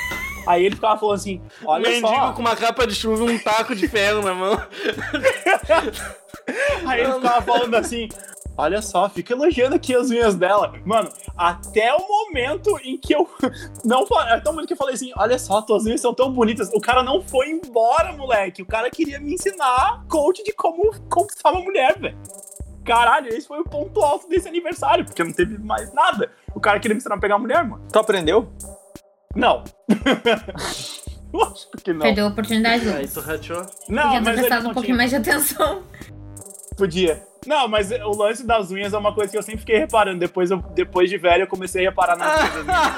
Speaker 1: Aí ele ficava falando assim:
Speaker 3: O
Speaker 1: olha
Speaker 3: mendigo
Speaker 1: só.
Speaker 3: com uma capa de chuva e um taco de ferro na mão.
Speaker 1: (laughs) Aí ele ficava falando assim. Olha só, fica elogiando aqui as unhas dela. Mano, até o momento em que eu. (laughs) Não, fa- até o momento que eu falei assim: olha só, tuas unhas são tão bonitas. O cara não foi embora, moleque. O cara queria me ensinar coach de como conquistar uma mulher, velho. Caralho, esse foi o ponto alto desse aniversário, porque não teve mais nada. O cara queria me ensinar a pegar mulher, mano.
Speaker 2: Tu aprendeu?
Speaker 1: Não. (laughs) Lógico que não.
Speaker 4: Perdeu a oportunidade,
Speaker 3: Aí
Speaker 4: Lucas.
Speaker 3: tu rachou.
Speaker 1: Não,
Speaker 4: Podia ter
Speaker 1: mas ele
Speaker 4: prestado
Speaker 1: não
Speaker 4: um
Speaker 1: tinha.
Speaker 4: pouquinho mais de atenção.
Speaker 1: Podia. Não, mas o lance das unhas é uma coisa que eu sempre fiquei reparando. Depois, eu- depois de velho, eu comecei a reparar nas unhas.
Speaker 3: (laughs)
Speaker 1: das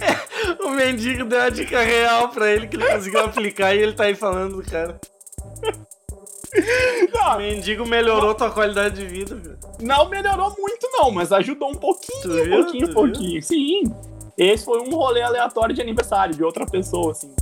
Speaker 1: meninas.
Speaker 3: (laughs) o mendigo deu uma dica real pra ele que ele conseguiu aplicar e ele tá aí falando do cara. O
Speaker 1: Não,
Speaker 3: mendigo melhorou tua qualidade de vida, cara.
Speaker 1: não melhorou muito, não, mas ajudou um pouquinho,
Speaker 3: Tu viu?
Speaker 1: um pouquinho,
Speaker 3: Tu
Speaker 1: um pouquinho. Sim. Esse foi um rolê aleatório de aniversário de outra pessoa, assim.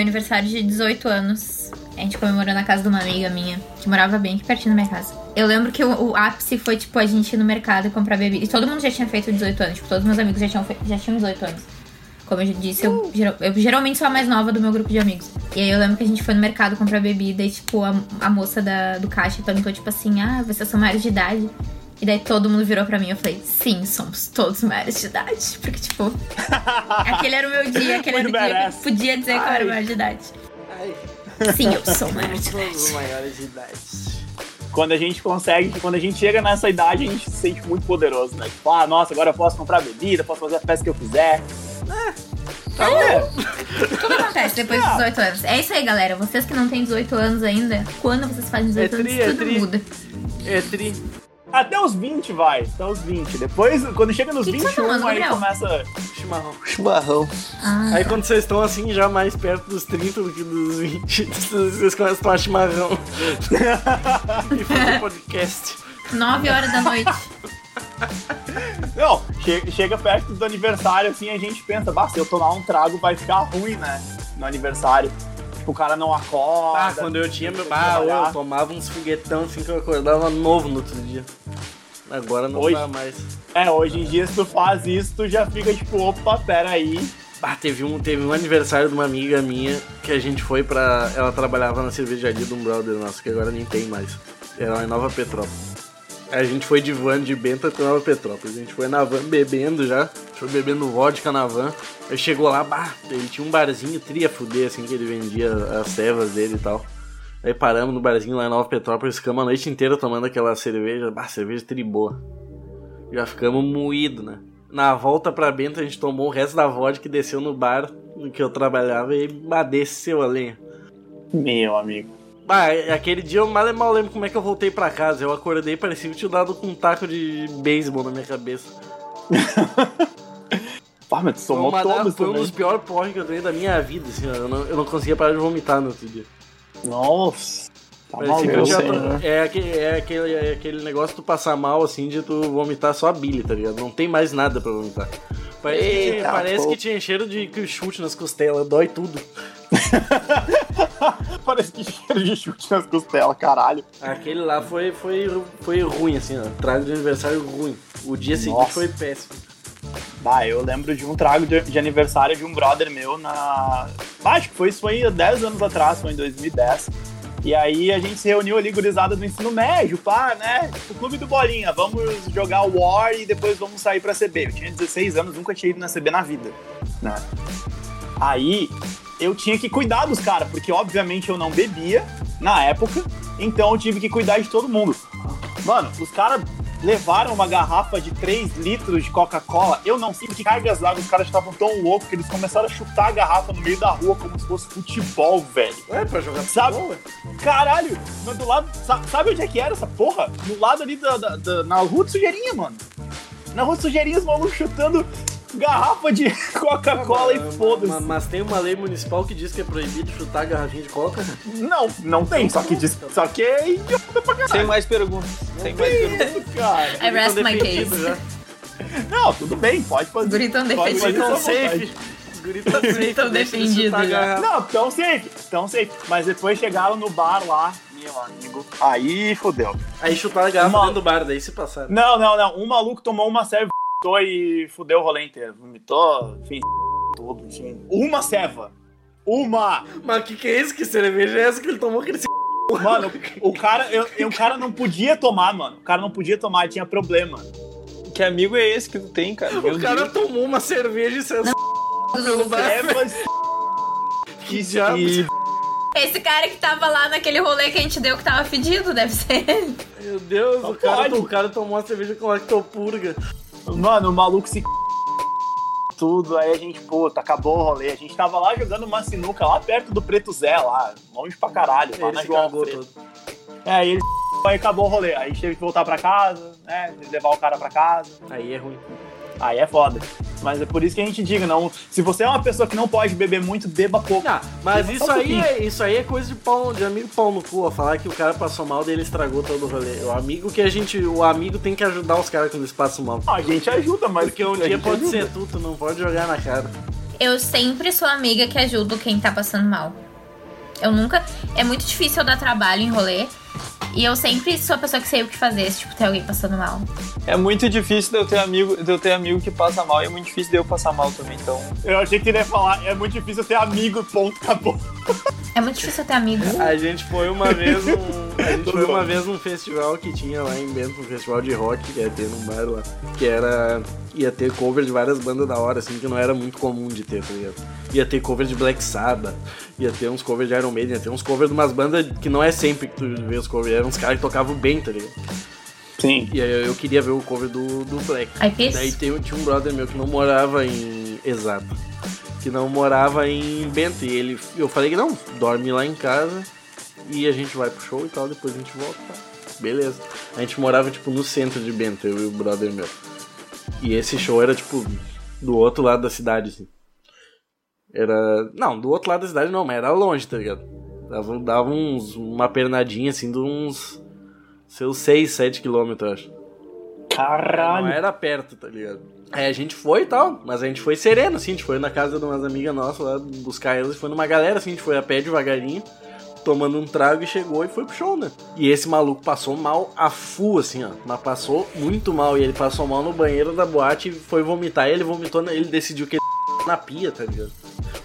Speaker 4: aniversário de 18 anos. A gente comemorou na casa de uma amiga minha, que morava bem aqui pertinho da minha casa. Eu lembro que o, o ápice foi, tipo, a gente ir no mercado e comprar bebida. E todo mundo já tinha feito 18 anos, tipo, todos meus amigos já tinham, fe- já tinham 18 anos. Como eu já disse, eu, geral- eu geralmente sou a mais nova do meu grupo de amigos. E aí eu lembro que a gente foi no mercado comprar bebida e, tipo, a, a moça da, do caixa perguntou, tipo assim, ah, vocês são maiores de idade? E daí todo mundo virou pra mim e eu falei, sim, somos todos maiores de idade. (laughs) Porque, tipo, aquele era o meu dia, aquele era
Speaker 1: Muito
Speaker 4: o dia que eu
Speaker 1: badass.
Speaker 4: podia dizer que eu
Speaker 1: Ai.
Speaker 4: era maior de idade. Sim, eu
Speaker 2: (laughs)
Speaker 4: sou maior de idade.
Speaker 2: maiores de idade.
Speaker 1: Quando a gente consegue, quando a gente chega nessa idade, a gente se sente muito poderoso, né? Tipo, ah, nossa, agora eu posso comprar bebida, posso fazer a festa que eu quiser.
Speaker 2: Tá bom.
Speaker 4: Tudo acontece depois
Speaker 2: Ah.
Speaker 4: dos 18 anos. É isso aí, galera. Vocês que não têm 18 anos ainda, quando vocês fazem 18
Speaker 2: É
Speaker 4: anos,
Speaker 2: tri, é
Speaker 4: tudo
Speaker 2: tri.
Speaker 4: muda.
Speaker 2: É tri.
Speaker 1: Até os 20 vai, até os 20. Depois, quando chega nos
Speaker 4: Que que você tá
Speaker 1: 21,
Speaker 4: falando,
Speaker 1: aí
Speaker 4: Gabriel?
Speaker 1: começa.
Speaker 2: Chimarrão. Chimarrão.
Speaker 4: Ah,
Speaker 3: Aí quando vocês estão assim, já mais perto dos 30 do que dos 20, (laughs) vocês começam a tomar chimarrão. (laughs) e fazer podcast.
Speaker 4: 9 horas
Speaker 2: (laughs)
Speaker 4: da noite.
Speaker 1: Não, che- chega perto do aniversário, assim, a gente pensa, bah, se eu tomar um trago vai ficar ruim, né? No aniversário. Tipo, o cara não acorda.
Speaker 3: Ah, quando eu tinha meu.
Speaker 1: tem que
Speaker 3: Ah,
Speaker 1: trabalhar.
Speaker 3: eu tomava uns foguetão assim que eu acordava novo no outro dia. Agora não
Speaker 1: Hoje?
Speaker 3: dá mais.
Speaker 1: É, hoje em dia, se tu faz isso, tu já fica tipo, opa, peraí.
Speaker 3: Ah, teve um, teve um aniversário de uma amiga minha que a gente foi pra. Ela trabalhava na cervejaria de um brother nosso, que agora nem tem mais. Era lá em Nova Petrópolis. A gente foi de van de Benta pra Nova Petrópolis. A gente foi na van bebendo já. A gente foi bebendo vodka na van. Aí chegou lá, bah, ele tinha um barzinho tria fuder, assim, que ele vendia as cevas dele e tal. Aí paramos no barzinho lá em Nova Petrópolis, ficamos a noite inteira tomando aquela cerveja. Bah, cerveja triboa. Já ficamos moído, né? Na volta pra Bento, a gente tomou o resto da vodka que desceu no bar no que eu trabalhava e bah, desceu a lenha.
Speaker 1: Meu amigo.
Speaker 3: Bah, aquele dia eu mal e mal lembro como é que eu voltei pra casa. Eu acordei parecia que tinha dado com um taco de beisebol na minha cabeça.
Speaker 1: Pá, mas tu
Speaker 3: Foi
Speaker 1: somou
Speaker 3: uma da-
Speaker 1: todos
Speaker 3: foi um
Speaker 1: também.
Speaker 3: dos piores porres que eu dei da minha vida, assim, ó. eu não, eu não conseguia parar de vomitar no outro dia.
Speaker 1: Nossa. Tá
Speaker 3: Parecia que
Speaker 1: maluco,
Speaker 3: eu tinha-
Speaker 1: senhor.
Speaker 3: é, aque- é aquele, é aquele negócio tu passar mal, assim, de tu vomitar só a bile, tá ligado? Não tem mais nada pra vomitar. Parece, que,
Speaker 2: Eita,
Speaker 3: tinha, parece
Speaker 2: pô.
Speaker 3: que tinha cheiro de chute nas costelas, dói tudo.
Speaker 1: (laughs) Parece que cheiro de chute nas costelas, caralho.
Speaker 3: Aquele lá foi, foi, foi ruim, assim, ó. Trago de aniversário ruim. O dia seguinte
Speaker 1: Nossa.
Speaker 3: foi péssimo.
Speaker 1: Bah, eu lembro de um trago de, de aniversário de um brother meu na. Bah, acho que foi isso foi há 10 anos atrás, foi em 2010. E aí a gente se reuniu ali, gurizada do ensino médio, pá, né? O clube do Bolinha, vamos jogar War e depois vamos sair pra CB. Eu tinha 16 anos, nunca tinha ido na CB na vida, né? Aí eu tinha que cuidar dos caras, porque obviamente eu não bebia na época, então eu tive que cuidar de todo mundo. Mano, os caras levaram uma garrafa de 3 litros de Coca-Cola. Eu não sei que cargas lá, os caras estavam tão loucos que eles começaram a chutar a garrafa no meio da rua como se fosse futebol, velho.
Speaker 3: É, pra jogar
Speaker 1: Sabe?
Speaker 3: futebol,
Speaker 1: Caralho, mas do lado. sa- Sabe onde é que era essa porra? Do lado ali da. da- da- na rua de sujeirinha, mano. Na rua de sujeirinha, os malucos chutando garrafa de (laughs) Coca-Cola e
Speaker 3: Mas,
Speaker 1: foda-se.
Speaker 3: Ah, mas tem uma lei municipal que diz que é proibido chutar garrafinha de coca.
Speaker 1: Não, não tem, só que diz. Só que é idiota pra
Speaker 2: Sem mais perguntas. Sem mais perguntas.
Speaker 1: caralho, cara.
Speaker 4: I rest
Speaker 3: Então,
Speaker 4: my
Speaker 3: defendido
Speaker 1: (laughs)
Speaker 4: case.
Speaker 3: já.
Speaker 1: Não, tudo bem, pode fazer.
Speaker 4: Guritão
Speaker 1: pode fazer
Speaker 3: Os guris tão
Speaker 1: à vontade.
Speaker 3: safe. Os guris tão safe.
Speaker 4: Tão
Speaker 3: deixa eles
Speaker 4: defendido
Speaker 3: chutar
Speaker 4: já.
Speaker 3: garrafa.
Speaker 1: Não, tão safe, tão safe. Mas depois chegaram no bar lá, meu amigo. Aí fodeu.
Speaker 3: Aí chutaram a garrafa
Speaker 1: Mal.
Speaker 3: dentro do bar, daí se passaram.
Speaker 1: Não, não, não. Um maluco tomou uma serva e fudeu o rolê inteiro. Vomitou, enfim, tudo, enfim. Uma serva. Uma!
Speaker 3: Mas que que é isso? Que cerveja é essa que ele tomou que ele se...
Speaker 1: Mano, o cara, eu, eu- o cara não podia tomar, mano. O cara não podia tomar, ele tinha problema.
Speaker 2: Que amigo é esse que tu tem, cara? Meu
Speaker 3: O cara
Speaker 2: Deus.
Speaker 3: tomou uma cerveja e saiu
Speaker 1: (laughs)
Speaker 3: pelo bar.
Speaker 1: Servas
Speaker 3: Que diabo.
Speaker 4: Esse cara que tava lá naquele rolê que a gente deu que tava fedido, deve ser ele.
Speaker 3: Meu Deus, o
Speaker 1: Não
Speaker 3: cara,
Speaker 1: pode.
Speaker 3: o cara tomou uma cerveja com lactopurga.
Speaker 1: Mano, o maluco se c... tudo, aí a gente, puta, acabou o rolê. A gente tava lá jogando uma sinuca lá perto do Preto Zé, lá, longe pra caralho, lá
Speaker 3: Ele
Speaker 1: na
Speaker 3: se
Speaker 1: João
Speaker 3: cagou
Speaker 1: Alfredo.
Speaker 3: todo.
Speaker 1: É, aí ele (laughs) aí acabou o rolê. Aí a gente teve que voltar pra casa, né? Levar o cara pra casa.
Speaker 3: Aí é ruim.
Speaker 1: Aí é foda. Mas é por isso que a gente diga, não. Se você é uma pessoa que não pode beber muito, beba pouco.
Speaker 3: Ah, mas
Speaker 1: Leva
Speaker 3: isso
Speaker 1: só um
Speaker 3: aí,
Speaker 1: pouquinho.
Speaker 3: é, isso aí é coisa de pau, de amigo pau no cu, ó, falar que o cara passou mal dele estragou todo o rolê. O amigo que a gente, o amigo tem que ajudar os caras quando eles passam mal.
Speaker 1: A gente ajuda, mas.
Speaker 3: Porque um
Speaker 1: a
Speaker 3: dia
Speaker 1: gente
Speaker 3: pode
Speaker 1: ajuda.
Speaker 3: ser tu, tu não pode jogar na cara.
Speaker 4: Eu sempre sou amiga que ajuda quem tá passando mal. Eu nunca. É muito difícil eu dar trabalho em rolê. E eu sempre sou a pessoa que sei o que fazer se tipo, tem alguém passando mal.
Speaker 2: É muito difícil de eu ter amigo, de eu ter amigo que passa mal e é muito difícil de eu passar mal também, então.
Speaker 1: Eu achei que ele ia falar, é muito difícil ter amigo, ponto, acabou.
Speaker 4: É muito difícil eu ter amigo.
Speaker 2: Ah.
Speaker 3: A gente foi uma vez um, a gente foi uma vez num festival que tinha lá em Bento, um festival de rock que ia ter num bar lá, que era ia ter cover de várias bandas da hora assim que não era muito comum de ter, tá ligado? Ia ter cover de Black Sabbath, ia ter uns covers de Iron Maiden, ia ter uns covers de umas bandas que não é sempre que tu vê os covers, eram uns caras que tocavam bem, tá ligado?
Speaker 1: Sim.
Speaker 3: E aí eu- eu queria ver o cover do, do Black.
Speaker 4: Aí fiz.
Speaker 3: Daí tem, tinha um brother meu que não morava em. Exato. Que não morava em Bento. E ele, eu falei que não, dorme lá em casa e a gente vai pro show e tal, depois a gente volta. tá? Beleza. A gente morava, tipo, no centro de Bento, eu e o brother meu. E esse show era, tipo, do outro lado da cidade, assim. Era. Não, do outro lado da cidade não, mas era longe, tá ligado? Dava, dava uns, uma pernadinha, assim, de uns. Seus 6, 7 quilômetros, eu acho. é? Não
Speaker 1: Caralho.
Speaker 3: era perto, tá ligado? Aí a gente foi e tal, mas a gente foi sereno, assim, a gente foi na casa de umas amigas nossas lá buscar elas, e foi numa galera, assim, a gente foi a pé devagarinho, tomando um trago e chegou e foi pro show, né? E esse maluco passou mal a full, assim, ó, mas passou muito mal, e ele passou mal no banheiro da boate e foi vomitar, e ele vomitou, na- ele decidiu que ele na pia, tá ligado?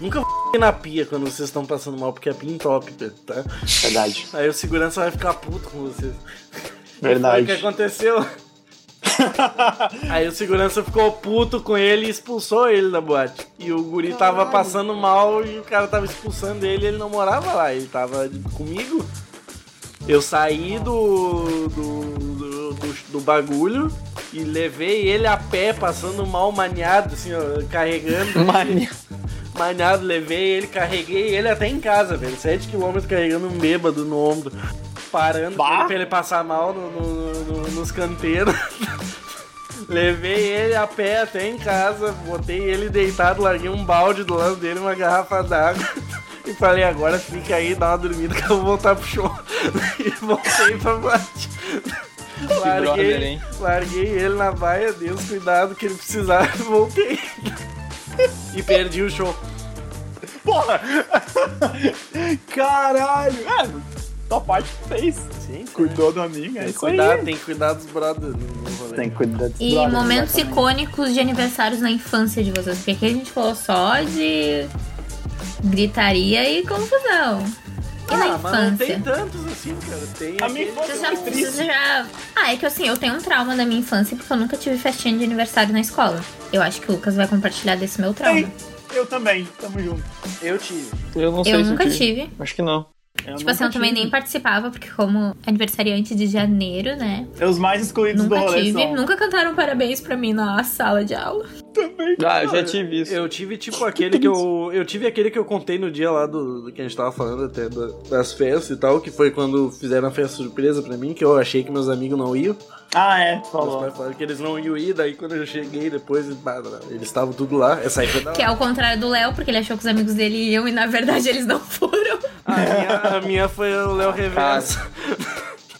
Speaker 3: Nunca na pia quando vocês estão passando mal, porque a pia entope, tá?
Speaker 1: Verdade.
Speaker 3: Aí o segurança vai ficar puto com vocês. Foi o que
Speaker 1: Verdade.
Speaker 3: aconteceu. Aí o segurança ficou puto com ele e expulsou ele da boate. E o guri tava passando mal e o cara tava expulsando ele ele não morava lá, ele tava comigo. Eu saí do. do. do, do, do bagulho e levei ele a pé, passando mal maniado, assim, ó, carregando.
Speaker 2: Mania.
Speaker 3: Maniado, levei ele, carreguei ele até em casa, velho. 7km carregando um bêbado no ombro. Parando
Speaker 1: Bah!
Speaker 3: pra ele, pra ele passar mal no- no- no- nos canteiros. (laughs) Levei ele a pé até em casa, botei ele deitado, larguei um balde do lado dele, uma garrafa d'água. (laughs) E falei, agora fica aí, dá uma dormida que eu vou voltar pro show. (laughs) E voltei pra
Speaker 2: (laughs)
Speaker 3: boate.
Speaker 2: brother,
Speaker 3: Larguei,
Speaker 2: hein?
Speaker 3: larguei ele na baia, dei os cuidados que ele precisava (laughs) e voltei. E perdi o show.
Speaker 1: (laughs) Porra! (laughs) Caralho! É, tua parte fez.
Speaker 3: Sim,
Speaker 1: Cuidou do amigo, é
Speaker 3: Tem que
Speaker 1: isso aí.
Speaker 3: cuidar, tem que cuidar dos brothers. no- no rolê.
Speaker 1: Tem que cuidar né?
Speaker 4: E momentos icônicos de aniversários na infância de vocês. Porque aqui a gente falou só de gritaria e confusão. E na
Speaker 3: Ah, mas não
Speaker 4: infância?
Speaker 3: tem tantos assim, cara. Tem
Speaker 1: A minha
Speaker 3: aquele-
Speaker 1: infância
Speaker 4: Vocês já,
Speaker 1: é muito
Speaker 4: vocês
Speaker 1: triste.
Speaker 4: já- Ah, é que assim, eu tenho um trauma da minha infância porque eu nunca tive festinha de aniversário na escola. Eu acho que o Lucas vai compartilhar desse meu trauma.
Speaker 1: Tem. Eu também, tamo junto.
Speaker 3: Eu tive.
Speaker 2: (laughs) Eu não sei
Speaker 4: eu
Speaker 2: se
Speaker 4: nunca
Speaker 2: eu tive.
Speaker 4: tive.
Speaker 2: Acho que não.
Speaker 4: Tipo assim, eu também nem participava, porque como aniversariante de janeiro, né?
Speaker 1: É Os mais excluídos do
Speaker 4: nunca
Speaker 1: rolê
Speaker 4: tive.
Speaker 1: são-
Speaker 4: Nunca cantaram parabéns pra mim na sala de aula.
Speaker 2: Ah, eu já tive isso.
Speaker 3: Eu tive tipo aquele que eu. Eu tive aquele que eu contei no dia lá do, do que a gente tava falando até da- das festas e tal, que foi quando fizeram a festa surpresa pra mim, que eu achei que meus amigos não iam.
Speaker 1: Ah, é, tu
Speaker 3: Meus
Speaker 1: falou.
Speaker 3: pais falaram que eles não iam ir, daí quando eu cheguei depois, bah, eles estavam tudo lá. Essa aí foi da
Speaker 4: Que é ao contrário do Léo, porque ele achou que os amigos dele iam e na verdade eles não foram.
Speaker 3: A minha, a minha foi o Léo Reverso,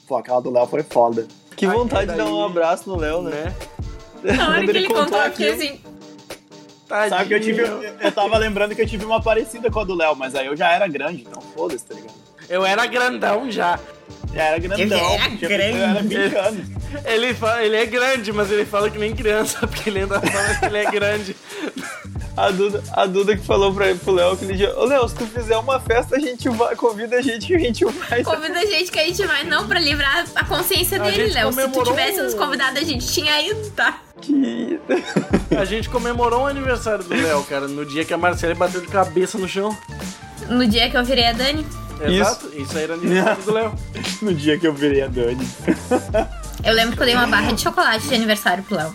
Speaker 1: Pô, aquela do Léo foi foda.
Speaker 2: Que
Speaker 3: Ai,
Speaker 2: vontade de dar um
Speaker 3: daí-
Speaker 2: abraço no Léo, né?
Speaker 3: né?
Speaker 4: Na hora
Speaker 2: Quando
Speaker 4: que ele contou, eu
Speaker 2: aqui,
Speaker 4: fiquei assim.
Speaker 3: Tadinho.
Speaker 1: Sabe que eu tive. um- Eu tava lembrando que eu tive uma parecida com a do Léo, mas aí eu já era grande, então foda-se, tá ligado?
Speaker 3: Eu era grandão já.
Speaker 1: Já era grandão.
Speaker 4: Eu já era
Speaker 1: tinha-
Speaker 4: grande.
Speaker 1: Eu era 20 anos.
Speaker 3: Ele, fala, ele é grande, mas ele fala que nem criança, (laughs) porque ele ainda fala que ele é grande.
Speaker 2: A Duda, a Duda que falou pra, pro Léo aquele dia, ô Léo, se tu fizer uma festa, a gente vai, convida a gente e a gente vai.
Speaker 4: Convida a gente que a gente vai, não pra livrar a consciência
Speaker 3: A
Speaker 4: dele,
Speaker 3: gente
Speaker 4: Léo. Se tu
Speaker 3: comemorou
Speaker 4: tivesse nos convidado, a gente tinha ido, tá?
Speaker 2: Que...
Speaker 3: A gente comemorou o aniversário do Léo, cara, no dia que a Marcele bateu de cabeça no chão.
Speaker 4: No dia que eu virei a Dani,
Speaker 3: Exato, isso, aí era aniversário do Léo.
Speaker 1: No dia que eu virei a Dani.
Speaker 4: eu lembro que eu dei uma barra de chocolate de aniversário pro Léo.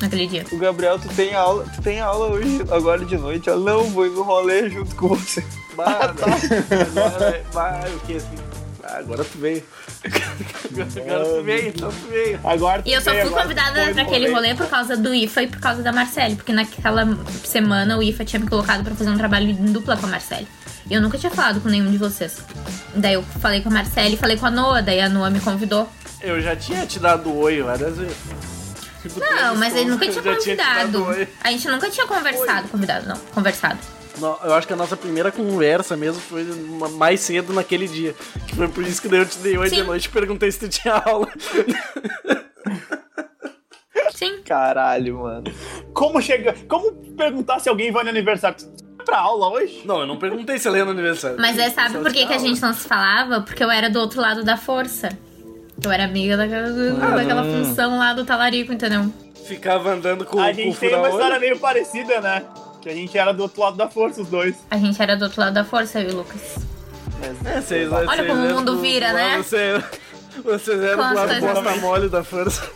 Speaker 4: Naquele dia.
Speaker 2: O Gabriel, tu tem aula, tu tem aula hoje, agora de noite. Ela, não, vou ir no rolê junto com você.
Speaker 3: Bah, agora, bah, eu fiquei assim. "Ah, agora tu veio. Agora tu veio, então tu veio.
Speaker 1: Agora
Speaker 4: E eu só
Speaker 1: também,
Speaker 4: fui
Speaker 1: agora foi
Speaker 4: convidada pra
Speaker 1: no
Speaker 4: aquele rolê por causa do IFA e por causa da Marcele, porque naquela semana o IFA tinha me colocado pra fazer um trabalho em dupla com a Marcele. E eu nunca tinha falado com nenhum de vocês. Daí eu falei com a Marcele, falei com a Noa, daí a Noa me convidou.
Speaker 3: Eu já tinha te dado oi várias vezes. Tipo,
Speaker 4: Não,
Speaker 3: três
Speaker 4: mas ele nunca tinha
Speaker 3: esposas, já
Speaker 4: convidado.
Speaker 3: te dado oi.
Speaker 4: A gente nunca tinha conversado. Convidado, não. Conversado.
Speaker 3: No- Eu acho que a nossa primeira conversa mesmo foi ma- mais cedo naquele dia. Que foi por isso que daí eu te dei oi de
Speaker 4: Sim.
Speaker 3: noite e perguntei se tu tinha
Speaker 1: (laughs)
Speaker 3: aula.
Speaker 4: Sim.
Speaker 2: Caralho, mano.
Speaker 1: Como chega. Como perguntar se alguém vai no aniversário? Tu vai pra aula hoje?
Speaker 3: Não, eu não perguntei se ela ia no aniversário.
Speaker 4: Mas é, sabe
Speaker 3: Só
Speaker 4: por que,
Speaker 3: tinha
Speaker 4: que a
Speaker 3: aula.
Speaker 4: gente não se falava? Porque eu era do outro lado da força. Eu era amiga daquela,
Speaker 3: Ah.
Speaker 4: daquela função lá do talarico, entendeu?
Speaker 3: Ficava andando com,
Speaker 1: a
Speaker 3: com o
Speaker 1: gente tem uma
Speaker 3: fura-olho.
Speaker 1: história meio parecida, né? Que a gente era do outro lado da força, os dois.
Speaker 4: A gente era do outro lado da força, eu e o Lucas.
Speaker 3: É, vocês,
Speaker 4: Olha
Speaker 3: vocês
Speaker 4: como o
Speaker 3: eram
Speaker 4: mundo
Speaker 3: do-
Speaker 4: vira,
Speaker 3: do-
Speaker 4: né?
Speaker 3: Vocês, vocês eram do
Speaker 4: Quantas
Speaker 3: lado
Speaker 4: coisas-
Speaker 3: bosta mole da força.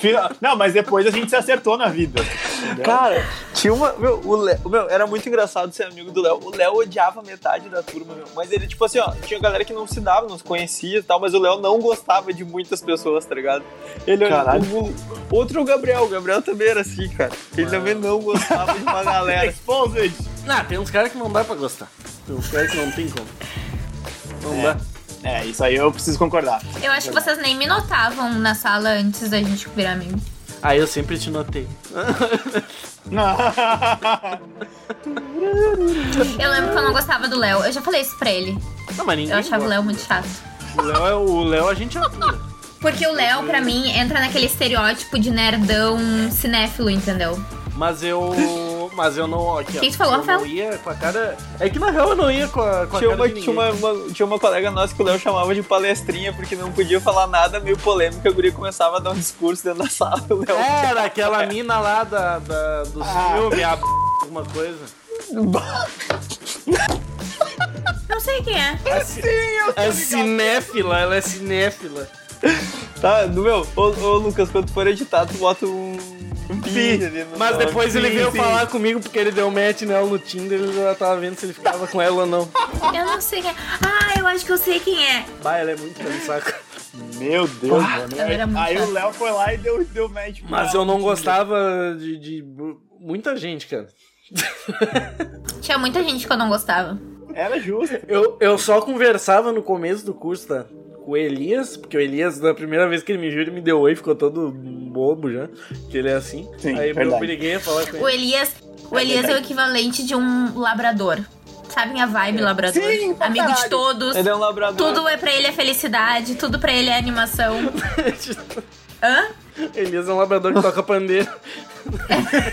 Speaker 1: Fila- Não, mas depois a gente se acertou na vida.
Speaker 2: Cara, Né? tinha uma. Meu, o Léo, meu, era muito engraçado ser amigo do Léo. O Léo odiava metade da turma, meu. Mas ele, tipo assim, ó, tinha galera que não se dava, não se conhecia e tal, mas o Léo não gostava de muitas pessoas, tá ligado? Ele
Speaker 1: Caralho.
Speaker 2: o- outro é o Gabriel. O Gabriel também era assim, cara. Ele também não gostava de uma galera.
Speaker 1: Exposed!
Speaker 3: Ah, tem uns caras que não dá pra gostar. Tem uns caras que não tem como. Não
Speaker 1: É.
Speaker 3: dá.
Speaker 1: É, isso aí eu preciso concordar. (laughs)
Speaker 4: Eu acho que vocês nem me notavam na sala antes da gente virar amigo.
Speaker 3: Aí eu sempre te notei. (laughs)
Speaker 4: Eu lembro que eu não gostava do Léo. Eu já falei isso pra ele.
Speaker 3: Não, mas ninguém
Speaker 4: Eu achava o
Speaker 3: gosta.
Speaker 4: Léo muito chato.
Speaker 3: O Léo é o Léo a gente atura.
Speaker 4: Porque o Léo, pra mim, entra naquele estereótipo de nerdão cinéfilo, entendeu?
Speaker 3: Mas eu. Mas eu não. Aqui, ó.
Speaker 4: Quem te falou,
Speaker 3: eu
Speaker 4: Rafael?
Speaker 3: não ia com a cara. É que na real eu não ia com a, (laughs) com a
Speaker 2: Tinha
Speaker 3: cara
Speaker 2: uma,
Speaker 3: de
Speaker 2: tinha,
Speaker 3: ninguém.
Speaker 2: uma, uma- tinha uma colega nossa que o Léo chamava de palestrinha porque não podia falar nada meio polêmico. A guria começava a dar um discurso dentro da sala. O Léo.
Speaker 3: Era aquela mina lá da, da- do
Speaker 1: Ah.
Speaker 3: filme, a b... alguma coisa.
Speaker 4: Não sei quem é.
Speaker 3: A, ci- a É cinéfila, ela é cinéfila.
Speaker 2: Tá, no meu, ô, ô, Lucas, quando for editar, tu bota um. Um pi ali no
Speaker 3: Mas
Speaker 2: nome.
Speaker 3: depois ele
Speaker 1: sim,
Speaker 3: veio
Speaker 1: sim.
Speaker 3: falar comigo porque ele deu match nela no Tinder ele já tava vendo se ele ficava com ela ou não.
Speaker 4: Eu não sei quem é. Ah, eu acho que eu sei quem é.
Speaker 3: Bah, ela é muito pelo saco.
Speaker 1: Meu Deus, mano.
Speaker 4: Ah, eu era muito
Speaker 1: aí
Speaker 4: chata.
Speaker 1: o Léo foi lá e deu, deu match. pra-
Speaker 3: Mas eu não gostava de, de muita gente, cara.
Speaker 4: Tinha muita gente que eu não gostava.
Speaker 1: Era justo.
Speaker 3: Eu, eu só conversava no começo do curso, tá? Com o Elias, porque o Elias, na primeira vez que ele me viu, ele me deu oi, ficou todo bobo já, que ele é assim.
Speaker 1: Sim,
Speaker 3: Aí eu
Speaker 1: verdade.
Speaker 3: briguei a falar com
Speaker 4: O
Speaker 3: ele.
Speaker 4: Elias, o Elias é o equivalente de um labrador. Sabem a vibe labrador?
Speaker 1: Sim, pra
Speaker 4: Amigo de
Speaker 1: caralho.
Speaker 4: todos.
Speaker 2: É. Ele é um labrador.
Speaker 4: Tudo é pra ele é felicidade, tudo pra ele é animação. Hã?
Speaker 3: (laughs) Elias é um labrador que toca pandeiro. (laughs)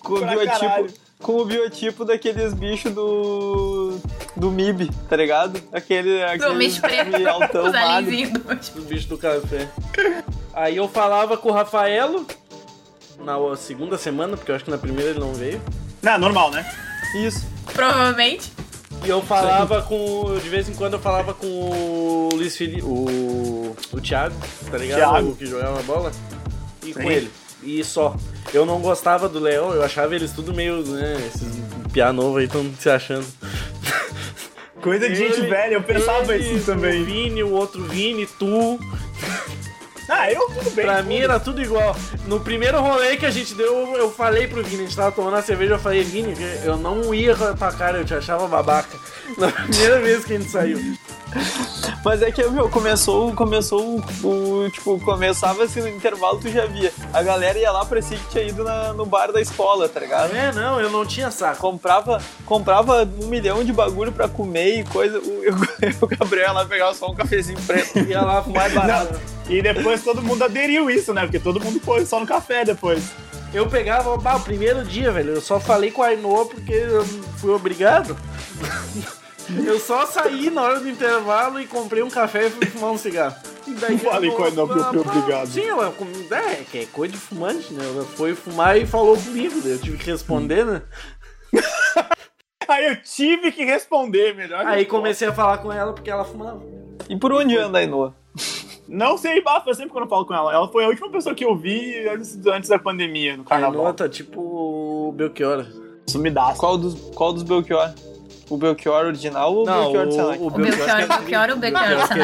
Speaker 2: com o
Speaker 1: pra caralho.
Speaker 2: biotipo. Com o biotipo daqueles bichos do. do MIB, tá ligado? Aquele. aquele
Speaker 4: Do bicho preto.
Speaker 2: altão
Speaker 4: (laughs) Os
Speaker 2: magro.
Speaker 4: alienzinhos do-
Speaker 3: Os bichos do café. Aí eu falava com o Rafaelo na segunda semana, porque eu acho que na primeira ele não veio.
Speaker 1: Não, normal, né?
Speaker 2: Isso.
Speaker 4: Provavelmente.
Speaker 3: E eu falava com. De vez em quando eu falava com o Luiz Felipe. O. O Thiago, tá ligado?
Speaker 1: Thiago.
Speaker 3: O que jogava bola.
Speaker 1: Sim.
Speaker 3: E com ele. E só. Eu não gostava do Léo, eu achava eles tudo meio. né, esses piá novo aí tão se achando.
Speaker 1: Coisa de gente
Speaker 3: Ele-
Speaker 1: velha, eu pensava
Speaker 3: ele,
Speaker 1: isso também.
Speaker 3: O Vini, o outro Vini, tu.
Speaker 1: Ah, eu tudo bem.
Speaker 3: Pra mim era tudo igual. No primeiro rolê que a gente deu, eu falei pro Vini, a gente tava tomando a cerveja, eu falei, Vini, eu não ia com a tua cara, eu te achava babaca. (laughs) Na primeira vez que a gente saiu.
Speaker 2: Mas é que, meu, começou, começou o, o- Tipo, começava assim no intervalo, tu já via. A galera ia lá, parecia que tinha ido na- no bar da escola, tá ligado?
Speaker 3: É, não, eu não tinha saco.
Speaker 2: Comprava, comprava um milhão de bagulho pra comer e coisa. O, eu, (laughs) o Gabriel lá pegava só um cafezinho preto.
Speaker 3: Ia lá mais barato.
Speaker 1: E depois todo mundo aderiu isso, né? Porque todo mundo foi só no café depois.
Speaker 3: Eu pegava, bah, o primeiro dia, velho, eu só falei com a Ainoa porque eu fui obrigado. (laughs) Eu só saí na hora do intervalo e comprei um café e fui fumar
Speaker 1: (laughs)
Speaker 3: um cigarro. E daí
Speaker 1: Falei
Speaker 3: ela-
Speaker 1: com a Ainoa porque eu fui
Speaker 3: Ah,
Speaker 1: obrigado.
Speaker 3: Sim, ela com- é, que é coisa de fumante, né? Ela foi fumar e falou comigo, daí eu tive que responder, né?
Speaker 1: Aí eu tive que responder melhor.
Speaker 3: Aí comecei a falar com ela porque ela fumava.
Speaker 2: E por onde anda a Inoa?
Speaker 1: Não sei, Bafa, sempre quando eu falo com ela. Ela foi a última pessoa que eu vi antes, antes da pandemia, no
Speaker 3: A
Speaker 1: carnaval.
Speaker 3: Ainoa tá tipo o Belchior.
Speaker 1: Sumidaço.
Speaker 2: Qual dos, qual dos Belchior? O Belchior original ou o Belchior de Senac?
Speaker 4: O Belchior,
Speaker 3: que é
Speaker 4: o Belchior,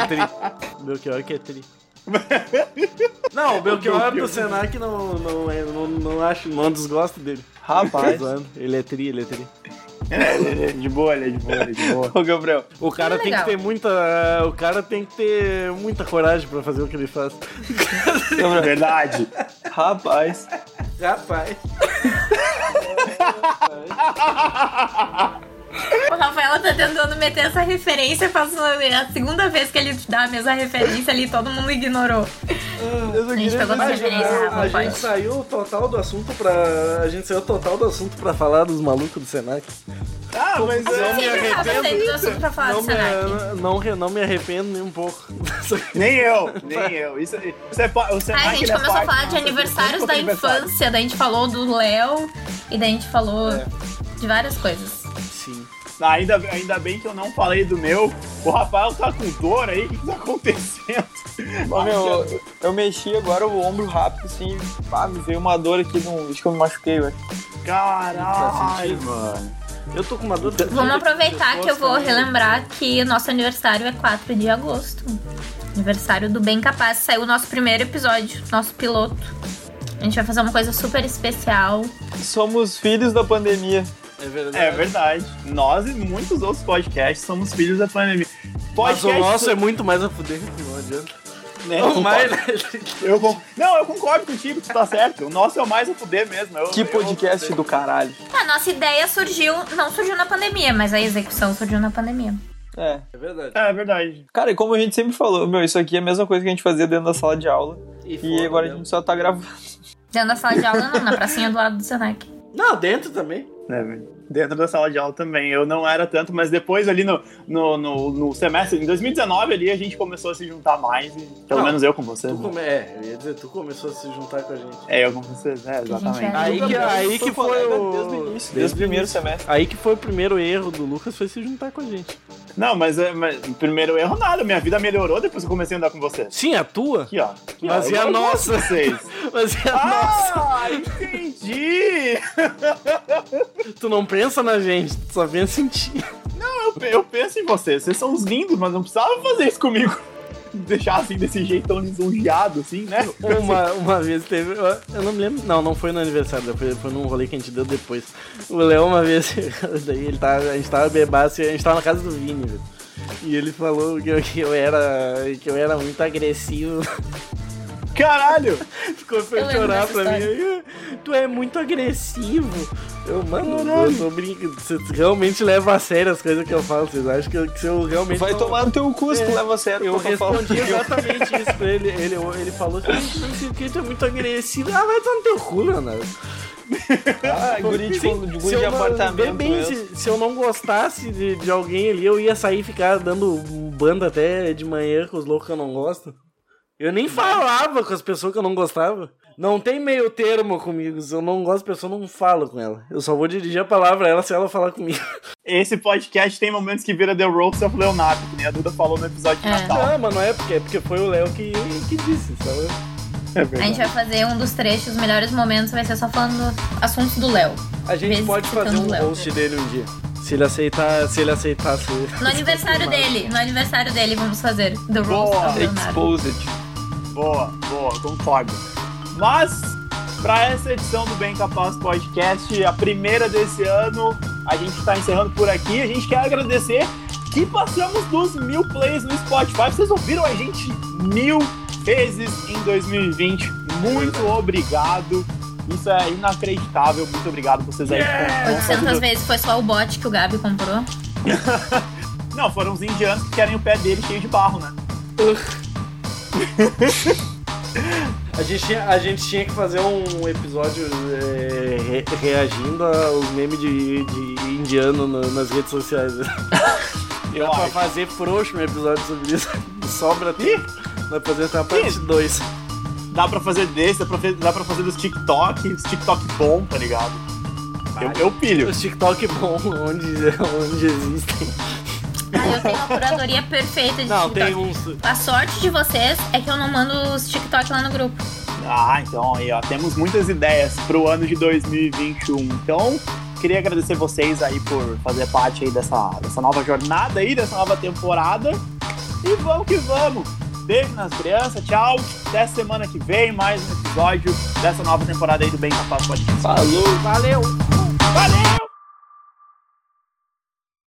Speaker 3: tri.
Speaker 4: o Belchior do
Speaker 3: que é tri. O Belchior que é (laughs) tri. Não, o Belchior do Senac é, não, não, é- não, não acho, não desgosto dele.
Speaker 2: Rapaz.
Speaker 3: Zoando. Ele é tri, ele é tri.
Speaker 1: É, de boa, ele é de boa, ele é de boa.
Speaker 2: Ô, Gabriel.
Speaker 3: O cara
Speaker 4: É
Speaker 3: tem que
Speaker 4: legal.
Speaker 3: ter muita. O cara tem que ter muita coragem pra fazer o que ele faz.
Speaker 2: Gabriel.
Speaker 1: É
Speaker 2: (laughs)
Speaker 1: Verdade.
Speaker 2: Rapaz.
Speaker 3: Rapaz.
Speaker 4: O Rafael tá tentando meter essa referência, faz é a segunda vez que ele dá a mesma referência ali, todo mundo ignorou.
Speaker 3: Eu só
Speaker 4: A gente
Speaker 3: queria
Speaker 4: pegou
Speaker 3: dizer-
Speaker 4: essa referência,
Speaker 3: a, a
Speaker 4: Rafa,
Speaker 3: gente
Speaker 4: pode.
Speaker 3: saiu o total do assunto pra. A gente saiu o total do assunto pra falar dos malucos do Senac.
Speaker 1: Ah, mas
Speaker 3: Não
Speaker 1: é,
Speaker 3: me
Speaker 4: Sempre acaba saindo do
Speaker 3: arrependo.
Speaker 4: assunto pra falar
Speaker 3: Não
Speaker 4: do
Speaker 3: me,
Speaker 4: Senac.
Speaker 3: não, re- não me arrependo nem um pouco. (laughs)
Speaker 1: nem eu, nem eu. Isso, isso é, pa- o Senac,
Speaker 4: Aí a gente
Speaker 1: ele é
Speaker 4: começou a
Speaker 1: parte
Speaker 4: falar de
Speaker 1: nossa,
Speaker 4: aniversários
Speaker 1: nosso
Speaker 4: da
Speaker 1: aniversário.
Speaker 4: infância, daí a gente falou do Léo
Speaker 3: É.
Speaker 4: e daí a gente falou de várias coisas.
Speaker 3: Sim.
Speaker 1: Ah, Ainda, ainda bem que eu não falei do meu. O Rafael tá com dor aí. O que tá acontecendo?
Speaker 2: Ô, meu, eu- eu mexi agora o ombro rápido, assim. Ah, me veio uma dor aqui. Não, acho que eu me machuquei, velho.
Speaker 1: Caralho,
Speaker 3: sentindo.
Speaker 1: mano.
Speaker 3: Eu tô com uma dor.
Speaker 4: Vamos aproveitar que eu vou
Speaker 3: né?
Speaker 4: relembrar que nosso aniversário é 4 de agosto. Aniversário do Bem Capaz. Saiu o nosso primeiro episódio, nosso piloto. A gente vai fazer uma coisa super especial.
Speaker 2: Somos filhos da pandemia.
Speaker 3: É verdade.
Speaker 1: É verdade. Nós e muitos outros podcasts somos filhos da pandemia.
Speaker 3: Mas
Speaker 1: Podcast,
Speaker 3: o nosso é muito mais a fuder, não adianta.
Speaker 1: né?
Speaker 3: Não, mais. (laughs)
Speaker 1: Eu con- Não, eu concordo contigo, tu tá certo. O nosso é o mais a fuder mesmo. Eu-
Speaker 2: Que
Speaker 1: eu-
Speaker 2: podcast do caralho.
Speaker 4: A nossa ideia surgiu, não surgiu na pandemia, mas a execução surgiu na pandemia.
Speaker 2: É.
Speaker 3: É verdade.
Speaker 1: É verdade.
Speaker 2: Cara, e como a gente sempre falou, meu, isso aqui é a mesma coisa que a gente fazia dentro da sala de aula. E
Speaker 3: fora
Speaker 2: agora a
Speaker 3: dela.
Speaker 2: gente só tá gravando.
Speaker 4: Dentro da sala de aula, não, na pracinha do lado do Senac.
Speaker 3: Não, dentro também.
Speaker 1: É, velho. Dentro da sala de aula também. Eu não era tanto, mas depois ali no, no, no, no semestre, em 2019 ali, a gente começou a se juntar mais. e- pelo
Speaker 3: Não,
Speaker 1: menos eu com você.
Speaker 3: Tu
Speaker 1: né?
Speaker 3: come... É, eu ia dizer, tu começou a se juntar com a gente.
Speaker 1: É, eu com vocês, é, exatamente.
Speaker 4: era-
Speaker 3: Aí que, aí que foi o.
Speaker 2: Desde o início, desde o primeiro semestre.
Speaker 3: Aí que foi o primeiro erro do Lucas foi se juntar com a gente.
Speaker 1: Não, mas, é, mas primeiro erro nada, minha vida melhorou depois que eu comecei a andar com vocês.
Speaker 3: Sim, a tua?
Speaker 1: Aqui, ó. Aqui,
Speaker 3: Mas
Speaker 1: ó,
Speaker 3: e a
Speaker 1: eu gosto
Speaker 3: nossa?
Speaker 1: de Vocês.
Speaker 3: Mas é a (laughs) nossa.
Speaker 1: ah, entendi!
Speaker 3: Tu não pensa na gente, tu só pensa em ti.
Speaker 1: Eu, pe- eu penso em vocês, vocês são os lindos, mas não precisava fazer isso comigo. (laughs) Deixar assim, desse jeito tão lisonjeado, assim, né?
Speaker 3: Uma, uma vez teve. ó, Eu não me lembro. Não, não foi no aniversário, depois foi num rolê que a gente deu depois. O Léo, uma vez, (laughs) daí ele tava, a gente tava bebaço, e a gente tava na casa do Vini, velho. E ele falou que eu, que eu era. que eu era muito agressivo. (laughs)
Speaker 1: Caralho!
Speaker 3: Ficou foi
Speaker 4: Eu lembro
Speaker 3: chorar
Speaker 4: dessa
Speaker 3: pra mim. (laughs) Tu é muito agressivo. Eu, mano, eu tô brincando. Você realmente leva a sério as coisas que eu falo. Vocês acham que, eu, que se eu realmente.
Speaker 2: Vai
Speaker 3: não-
Speaker 2: tomar no teu cu se tu
Speaker 3: É,
Speaker 2: leva a sério.
Speaker 3: Eu
Speaker 2: o que tô falando.
Speaker 3: respondi exatamente isso pra ele. Ele, ele falou assim, não sei o que, tu é muito agressivo. Ah, vai tomar no teu cu, Leonardo.
Speaker 2: Ah, guri de,
Speaker 3: Assim,
Speaker 2: de, guri
Speaker 3: se
Speaker 2: de
Speaker 3: eu não-
Speaker 2: apartamento.
Speaker 3: bem- bem,
Speaker 2: mesmo.
Speaker 3: se, se eu não gostasse de, de alguém ali, eu ia sair e ficar dando banda até de manhã com os loucos que eu não gosto. Eu nem falava com as pessoas que eu não gostava. Não tem meio termo comigo. Se eu não gosto da pessoa, eu não falo com ela. Eu só vou dirigir a palavra a ela se ela falar comigo.
Speaker 1: Esse podcast tem momentos que vira The Roast of Leonardo, que nem a Duda falou no episódio de
Speaker 4: É.
Speaker 1: Natal.
Speaker 2: Tá.
Speaker 3: Não, mas não é porque, é porque foi o Léo que, que disse, sabe?
Speaker 1: É
Speaker 4: A gente vai fazer um dos trechos, os melhores momentos, vai ser só falando assuntos do Léo.
Speaker 3: A gente
Speaker 4: Vezes
Speaker 3: pode fazer
Speaker 4: citando
Speaker 3: um
Speaker 4: Léo.
Speaker 3: host dele um dia. Se ele aceitar, se ele aceitar, se...
Speaker 4: No aniversário dele, no aniversário dele, vamos fazer do Roast
Speaker 1: Boa.
Speaker 4: ao Leonardo.
Speaker 2: Exposed.
Speaker 1: Boa, boa, concordo. Mas, pra essa edição do Bem Capaz Podcast, a primeira desse ano, a gente tá encerrando por aqui. A gente quer agradecer que passamos dos mil plays no Spotify. Vocês ouviram a gente mil vezes em 2020. Muito obrigado. Isso é inacreditável. Muito obrigado vocês aí. que estão fazendo-
Speaker 4: 800 vezes foi só o bot que o Gabi comprou.
Speaker 1: Não, foram os indianos que querem o pé dele cheio de barro, né?
Speaker 3: A gente, tinha, a gente tinha que fazer um episódio é, re- reagindo aos memes de, de indiano no- nas redes (laughs) sociais.
Speaker 1: Eu
Speaker 3: Dá pra
Speaker 1: acho.
Speaker 3: fazer frouxo um episódio sobre isso. (laughs) Sobra tempo. Vai fazer até a parte
Speaker 1: Ih.
Speaker 3: 2.
Speaker 1: Dá pra fazer desse, dá pra fazer, dá pra fazer dos TikTok, os TikTok bom, tá ligado? Eu, eu pilho.
Speaker 3: Os TikTok é bom onde, onde existem.
Speaker 4: Ah, eu tenho a curadoria perfeita de
Speaker 3: Não,
Speaker 4: TikTok.
Speaker 3: tem uns.
Speaker 4: A sorte de vocês é que eu não mando os TikTok lá no grupo.
Speaker 1: Ah, então aí, ó, temos muitas ideias pro ano de 2021. Então, queria agradecer vocês aí por fazer parte aí dessa, dessa nova jornada aí, dessa nova temporada. E vamos que vamos! Beijo nas crianças, tchau! Até semana que vem, mais um episódio dessa nova temporada aí do Bem Capaz Podcast.
Speaker 2: Falou.
Speaker 3: Valeu!
Speaker 1: Valeu!